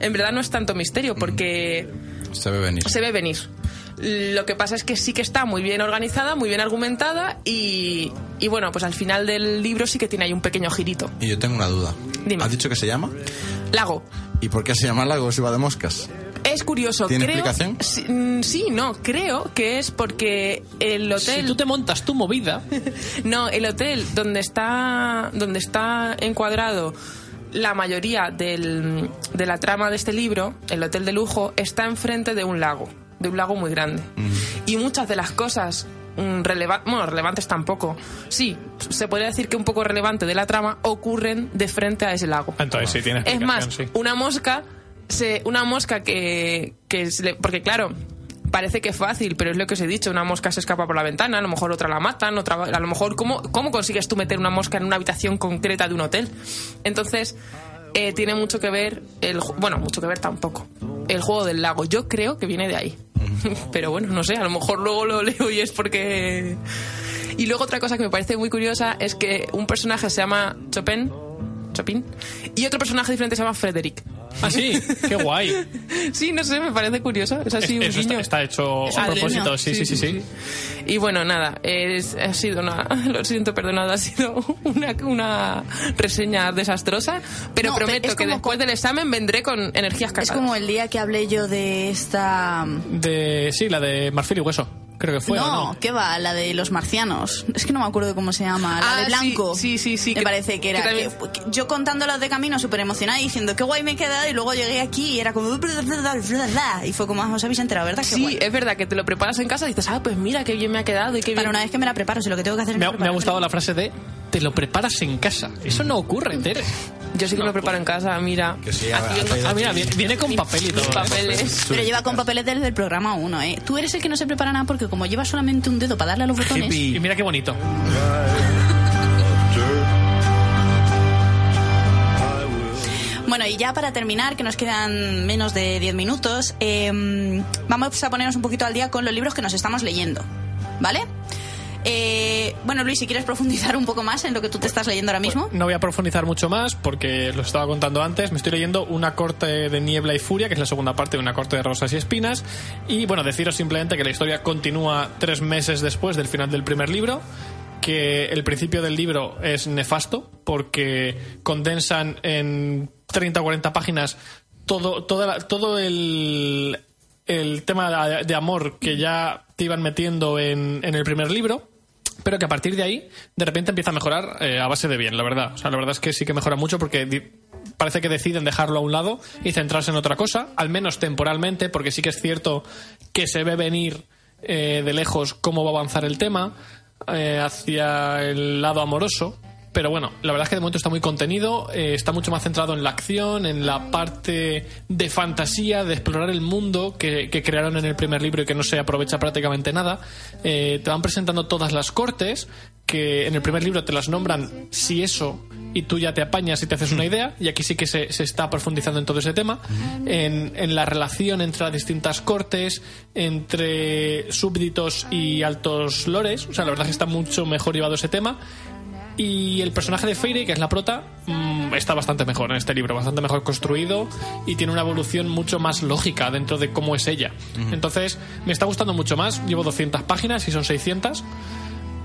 en verdad no es tanto misterio porque
Se ve venir.
se ve venir. Lo que pasa es que sí que está muy bien organizada, muy bien argumentada y, y bueno, pues al final del libro sí que tiene ahí un pequeño girito.
Y yo tengo una duda.
Dime.
¿Has dicho que se llama?
Lago.
¿Y por qué se llama Lago si va de moscas?
Es curioso.
¿Tiene
creo,
explicación?
Sí, mm, sí, no, creo que es porque el hotel...
Si tú te montas tu movida,
No, el hotel donde está, donde está encuadrado la mayoría del- de la trama de este libro, el hotel de lujo, está enfrente de un lago, de un lago muy grande. Y muchas de las cosas mm, releva- bueno, relevantes tampoco, sí, se podría decir que un poco relevante de la trama, ocurren de frente a ese lago.
entonces sí tienes
Es más,
sí.
una mosca, se, una mosca que, que se le- porque claro, parece que es fácil, pero es lo que os he dicho, una mosca se escapa por la ventana, a lo mejor otra la matan, otra, a lo mejor cómo cómo consigues tú meter una mosca en una habitación concreta de un hotel. Entonces eh, tiene mucho que ver el, ju- bueno, mucho que ver tampoco, el juego del lago. Yo creo que viene de ahí. Pero bueno, no sé, a lo mejor luego lo leo y es porque... Y luego otra cosa que me parece muy curiosa es que un personaje se llama Chopin, Chopin y otro personaje diferente se llama Frederick.
Ah, sí, qué guay.
Sí, no sé, me parece curioso. Es así un
Eso está,
guiño.
está hecho
Es
a
un
propósito,
guiño.
sí, sí, sí, sí.
Y bueno, nada, es- ha sido una, lo siento, perdonad, ha sido una, una reseña desastrosa, pero
No, pe-
prometo
es
que
como-
después del examen vendré con energías cargadas.
Es como el día que hablé yo de esta...
De, sí, la de Marfil y Hueso. Creo que fue. ¿o
no,
no?
¿qué va? La de los marcianos. Es que no me acuerdo cómo se llama. La
Ah,
de blanco.
sí, sí, sí, sí,
Me
que-
parece que era.
que también-
que- que- yo contándolas de camino súper emocionada y diciendo qué guay me he quedado y luego llegué aquí y era como... Y fue como, "Ah, os habéis enterado, ¿verdad? Qué
Sí, eh,
guay".
es verdad que te lo preparas en casa y dices, ah, pues mira qué bien me ha quedado y qué bien.
Para una vez que me la preparo, si lo que tengo que hacer es
Me ha, me ha
preparármela.
gustado la frase de te lo preparas en casa. Eso no ocurre, Tere.
Yo sí que me lo preparo en casa, mira.
Que sí,
Aquí
ha- ha
vengo-
traído
Ah, mira, viene, viene con papel y todo. ¿eh?
papeles.
Pero lleva con papeles desde el programa 1, ¿eh? Tú eres el que no se prepara nada porque como lleva solamente un dedo para darle a los botones...
Y mira qué bonito.
Bueno, y ya para terminar, que nos quedan menos de 10 minutos, eh, vamos a ponernos un poquito al día con los libros que nos estamos leyendo, ¿vale? Eh, bueno, Luis, si quieres profundizar un poco más en lo que tú te estás leyendo ahora mismo.
No voy a profundizar mucho más porque lo estaba contando antes. Me estoy leyendo Una corte de niebla y furia, que es la segunda parte de Una corte de rosas y espinas. Y bueno, deciros simplemente que la historia continúa tres meses después del final del primer libro. Que el principio del libro es nefasto porque condensan en 30 o 40 páginas todo, toda la- todo el, el tema de- de amor que ya te iban metiendo en, en el primer libro. Pero que a partir de ahí, de repente empieza a mejorar eh, a base de bien, la verdad. O sea, la verdad es que sí que mejora mucho porque di- parece que deciden dejarlo a un lado y centrarse en otra cosa, al menos temporalmente, porque sí que es cierto que se ve venir eh, de lejos cómo va a avanzar el tema eh, hacia el lado amoroso. Pero bueno, la verdad es que de momento está muy contenido, eh, está mucho más centrado en la acción, en la parte de fantasía, de explorar el mundo que, que crearon en el primer libro y que no se aprovecha prácticamente nada. Eh, te van presentando todas las cortes, que en el primer libro te las nombran si eso y tú ya te apañas y te haces una idea, y aquí sí que se, se está profundizando en todo ese tema, en, en la relación entre las distintas cortes, entre súbditos y altos lores, o sea, la verdad es que está mucho mejor llevado ese tema, y el personaje de Feire, que es la prota, mm, está bastante mejor en este libro, bastante mejor construido y tiene una evolución mucho más lógica dentro de cómo es ella. Entonces, me está gustando mucho más. Llevo 200 páginas y son 600.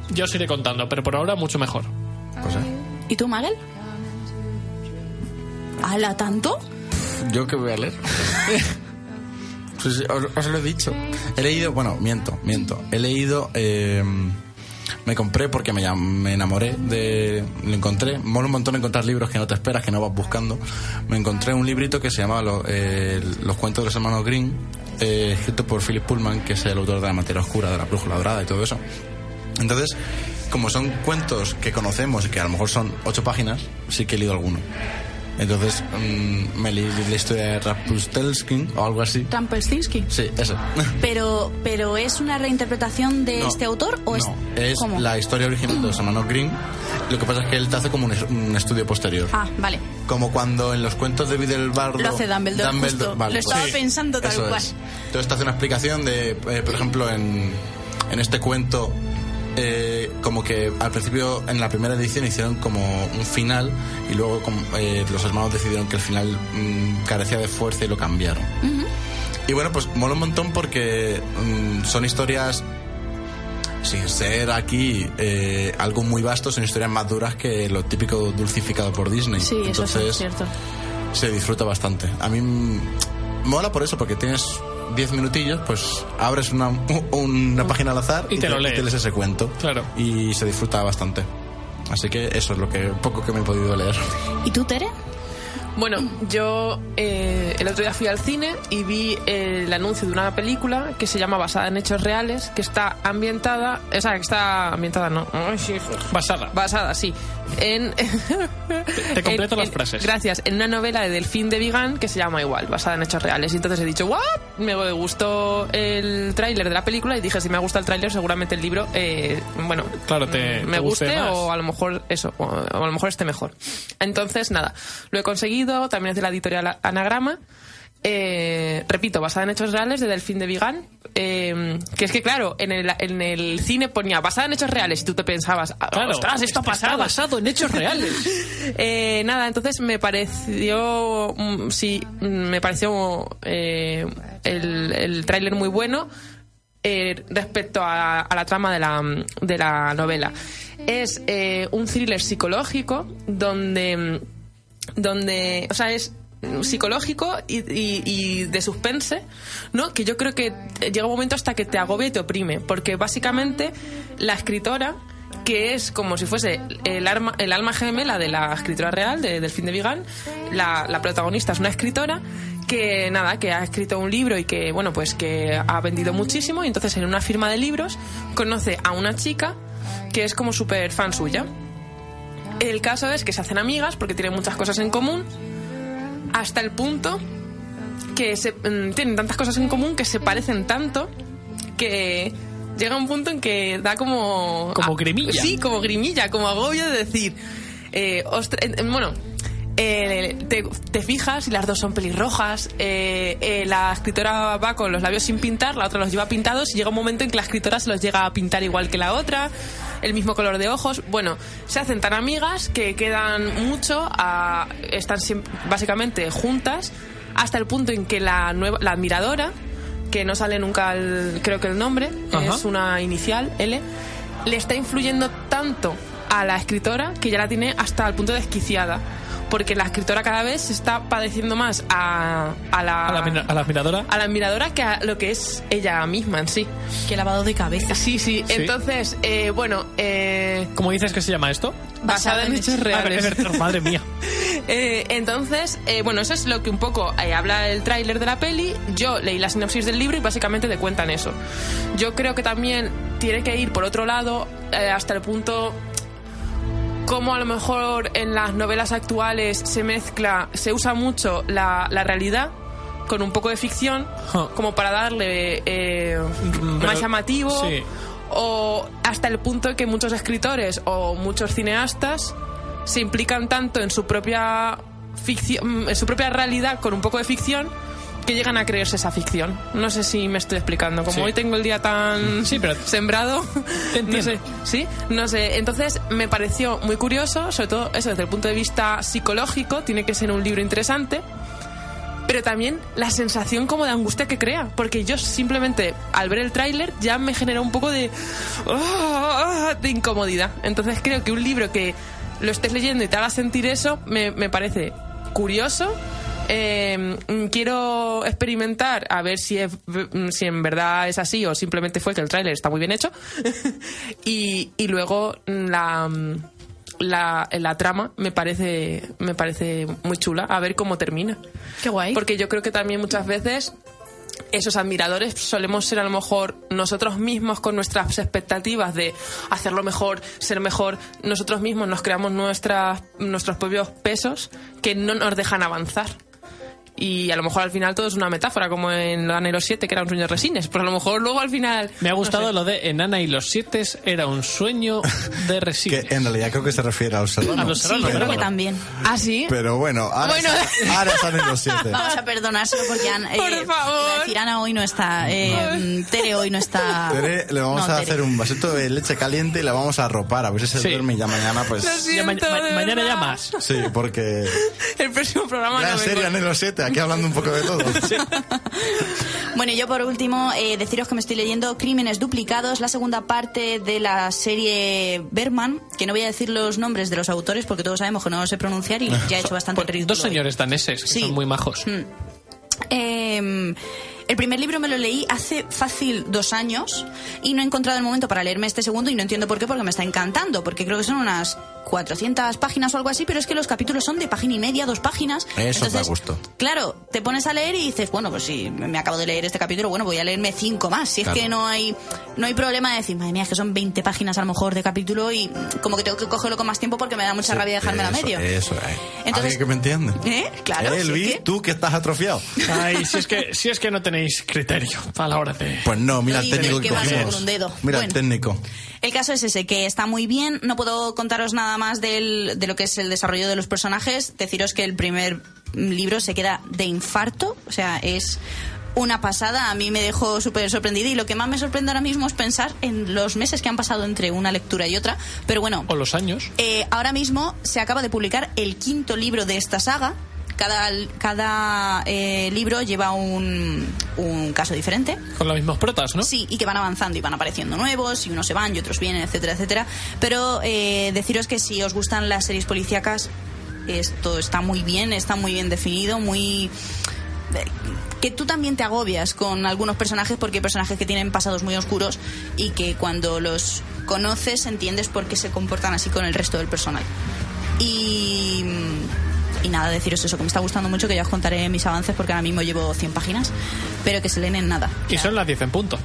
Ya os iré contando, pero por ahora mucho mejor.
Pues, eh.
¿Y tú, Magel? ¿Hala tanto?
¿Yo qué voy a leer? Pues, os, os lo he dicho. He leído, bueno, miento, miento. He leído, eh, me compré porque me, llam- me enamoré de, lo encontré. Mola un montón encontrar libros que no te esperas, que no vas buscando. Me encontré un librito que se llamaba Lo- eh, Los cuentos de los hermanos Green, escrito por Philip Pullman, que es el autor de La materia oscura, de La brújula dorada y todo eso. Entonces, como son cuentos que conocemos y que a lo mejor son ocho páginas, sí que he leído alguno. Entonces, mm, me leí la historia de Rasputelskin o algo así.
Trampelstinsky.
Sí, esa.
Pero, pero ¿es una reinterpretación de
No.
este autor o es,
No, es
¿cómo?
la historia original de los hermanos Green. Lo que pasa es que él te hace como un, es- un estudio posterior.
Ah, vale.
Como cuando en los cuentos de Bardo
Lo hace Dumbledore, justo. Lo estaba pensando tal
pues, eso
cual.
es. Entonces te hace una explicación de, eh, por ejemplo, en, en este cuento, eh, como que al principio en la primera edición hicieron como un final y luego como, eh, los hermanos decidieron que el final mm, carecía de fuerza y lo cambiaron. Y bueno, pues mola un montón porque mm, son historias sin ser aquí eh, algo muy vasto, son historias más duras que lo típico dulcificado por Disney.
Sí, eso sí,
Entonces,
es cierto.
se disfruta bastante. A mí mm, mola por eso, porque tienes 10 minutillos, pues abres una, una página al azar
Y te lo lees.
ese cuento.
Claro.
Y se disfruta bastante. Así que eso es lo que poco que me he podido leer.
¿Y tú, Tere?
Bueno, yo eh, el otro día fui al cine y vi el anuncio de una película que se llama Basada en Hechos Reales, que está ambientada, o sea, que está ambientada, no, Ay, sí,
Basada.
basada, sí, en...
te completo
en-
las
en-
frases.
eh, Gracias, en una novela de Delfín de Vigan que se llama igual, basada en hechos reales. Y entonces he dicho, ¿what? Me gustó el tráiler de la película y dije, si me gusta el tráiler, seguramente el libro, eh, bueno, mm,
Claro, te-
me
te guste
guste,
más.
o a lo mejor eso, o o a lo mejor esté mejor. Entonces, nada, lo he conseguido, también es de la editorial Anagrama. Eh, repito, basada en hechos reales de Delfín de Vigan. eh, que es que, claro, en el, en el cine ponía basada en hechos reales y tú te pensabas, "Ah,
Claro,
ostras, esto ha
está
pasado.
basado en hechos reales.
Eh, nada, entonces me pareció, mm, sí, mm, me pareció eh, el, el tráiler muy bueno eh, respecto a, a la trama de la, de la novela. Es eh, un thriller psicológico donde, mm, donde, o sea, es psicológico y, y- y de suspense, ¿no? Que yo creo que llega un momento hasta que te agobia y te oprime, porque básicamente la escritora que es como si fuese el, arma, el alma gemela de la escritora real, de Delfín de Vigan. La, la protagonista es una escritora que, nada, que ha escrito un libro y que, bueno, pues que ha vendido muchísimo. Y entonces en una firma de libros conoce a una chica que es como súper fan suya. El caso es que se hacen amigas porque tienen muchas cosas en común hasta el punto que se, mm, tienen tantas cosas en común que se parecen tanto que llega un punto en que da como...
Como grimilla.
Sí, como grimilla, como agobio de decir... eh, ostra- eh, eh, bueno, eh, te, te fijas y las dos son pelirrojas, eh, eh, la escritora va con los labios sin pintar, la otra los lleva pintados y llega un momento en que la escritora se los llega a pintar igual que la otra, el mismo color de ojos. Bueno, se hacen tan amigas que quedan mucho, a- están siem- básicamente juntas hasta el punto en que la, nueva, la admiradora, que no sale nunca el- creo que el nombre,
Ajá.
es una inicial, L, le está influyendo tanto a la escritora que ya la tiene hasta el punto de desquiciada. Porque la escritora cada vez se está padeciendo más a, a la,
A la, mira- a la admiradora.
a la admiradora que a lo que es ella misma en sí.
Qué lavado de cabeza.
Sí, sí.
Sí.
Entonces, eh, bueno, eh,
¿Cómo dices que se llama esto?
basada en hechos
Ah,
reales.
pero- pero- madre mía.
Eh, entonces, eh, bueno, eso es lo que un poco eh, habla el tráiler de la peli. Yo leí la sinopsis del libro y básicamente te cuentan eso. Yo creo que también tiene que ir por otro lado eh, hasta el punto como a lo mejor en las novelas actuales se mezcla, se usa mucho la, la realidad con un poco de ficción,
Huh.
como para darle eh,
Mm,
más
pero-
llamativo
sí.
o hasta el punto que muchos escritores o muchos cineastas se implican tanto en su propia ficción, en su propia realidad con un poco de ficción que llegan a creerse esa ficción. No sé si me estoy explicando. Como
Sí.
hoy tengo el día tan
Sí, pero-
sembrado,
Te
no
entiendo.
sé, sí, no sé. Entonces me pareció muy curioso, sobre todo eso desde el punto de vista psicológico, tiene que ser un libro interesante pero también la sensación como de angustia que crea, porque yo simplemente al ver el tráiler ya me genera un poco de ah, de incomodidad. Entonces creo que un libro que lo estés leyendo y te haga sentir eso me, me parece curioso. Eh, mm, quiero experimentar a ver si, es, mm, si en verdad es así o simplemente fue que el tráiler está muy bien hecho. y, y luego mm, la, mm, la, la trama me parece, me parece muy chula. A ver cómo termina.
Qué guay.
Porque yo creo que también muchas veces esos admiradores solemos ser a lo mejor nosotros mismos con nuestras expectativas de hacerlo mejor, ser mejor. Nosotros mismos nos creamos nuestras, nuestros propios pesos que no nos dejan avanzar. Y a lo mejor al final todo es una metáfora, como en lo Anhelo 7, que era un sueño de resines. Pero a lo mejor luego al final.
Me ha
no
gustado
sé.
lo de Enana y los siete era un sueño de
Que
resines.
en realidad creo que se refiere a los
A
serranos.
los
Sí,
serranos,
yo creo que
¿verdad?
también.
¿Ah, sí?
Pero bueno, ahora,
Bueno.
ahora están en los siete.
Vamos a perdonárselo porque Ana,
Por
eh,
favor.
iba a decir, Ana hoy no está, eh, Tere hoy no está.
Tere, le vamos
Ah, No,
a
Tere.
hacer un vasito de leche caliente y la vamos a arropar. A ver si se
Sí.
duerme y ya mañana, pues.
Lo siento.
Ya ma- ma-
de
mañana
verdad.
ya más.
Sí, porque.
El próximo programa
Ya
no
en
vengo.
serio, en los siete, aquí hablando un poco de todo.
Bueno, y yo por último, eh, deciros que me estoy leyendo Crímenes Duplicados, la segunda parte de la serie Berman, que no voy a decir los nombres de los
Ah. pues,
autores porque todos sabemos que no lo sé pronunciar y ya he hecho bastante
Por-
ridículo.
Dos
hoy.
señores daneses que
Sí.
son muy majos.
Mm. Eh, el primer libro me lo leí hace fácil dos años y no he encontrado el momento para leerme este segundo y no entiendo por qué, porque me está encantando, porque creo que son unas 400 páginas o algo así, pero es que los capítulos son de página y media, dos páginas.
Eso da gusto.
Claro, te pones a leer y dices, bueno, pues sí, me acabo de leer este capítulo, bueno, voy a leerme cinco más. Si
Claro.
es que no hay, no hay problema de decir, madre mía, es que son 20 páginas a lo mejor de capítulo y como que tengo que cogerlo con más tiempo porque me da mucha rabia dejármela a
Eso,
medio.
Eso, eh.
Entonces-
¿Alguien que me entiende?
¿Eh? Claro,
Eh,
si es
Luis,
que-
tú que estás atrofiado.
Ay, si es que, si es que no tenéis criterio a la hora de...
Pues no, mira el
Libre,
técnico que
que va solo
cogimos.
con un dedo.
Mira el
Bueno.
técnico.
El caso es ese, que está muy bien. No puedo contaros nada más del- de lo que es el desarrollo de los personajes. Deciros que el primer libro se queda de infarto. O sea, es una pasada. A mí me dejó súper sorprendida. Y lo que más me sorprende ahora mismo es pensar en los meses que han pasado entre una lectura y otra. Pero bueno,
O los años.
eh, ahora mismo se acaba de publicar el quinto libro de esta saga. Cada, cada eh, libro lleva un, un caso diferente.
Con las mismas protas, ¿no?
Sí, y que van avanzando y van apareciendo nuevos, y unos se van y otros vienen, etcétera, etcétera. Pero eh, deciros que si os gustan las series policíacas, esto está muy bien, está muy bien definido, muy eh, que tú también te agobias con algunos personajes porque hay personajes que tienen pasados muy oscuros y que cuando los conoces entiendes por qué se comportan así con el resto del personal. Y, y nada, deciros eso, que me está gustando mucho, que ya os contaré mis avances porque ahora mismo llevo 100 páginas, pero que se leen en nada. O
Y
sea,
son las 10 en punto.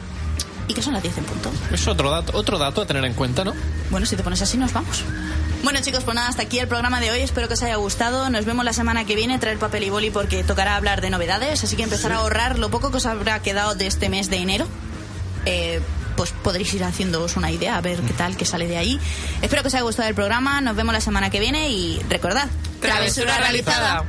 y que son las 10 en punto.
Es otro dato, otro dato a tener en cuenta, ¿no?
Bueno, si te pones así, nos vamos. Bueno, chicos, pues nada, hasta aquí el programa de hoy. Espero que os haya gustado. Nos vemos la semana que viene. Traer papel y boli porque tocará hablar de novedades. Así que empezar a ahorrar lo poco que os habrá quedado de este mes de enero. Eh, pues podréis ir haciéndoos una idea, a ver qué tal, qué sale de ahí. Espero que os haya gustado el programa. Nos vemos la semana que viene y recordad:
Travesura realizada.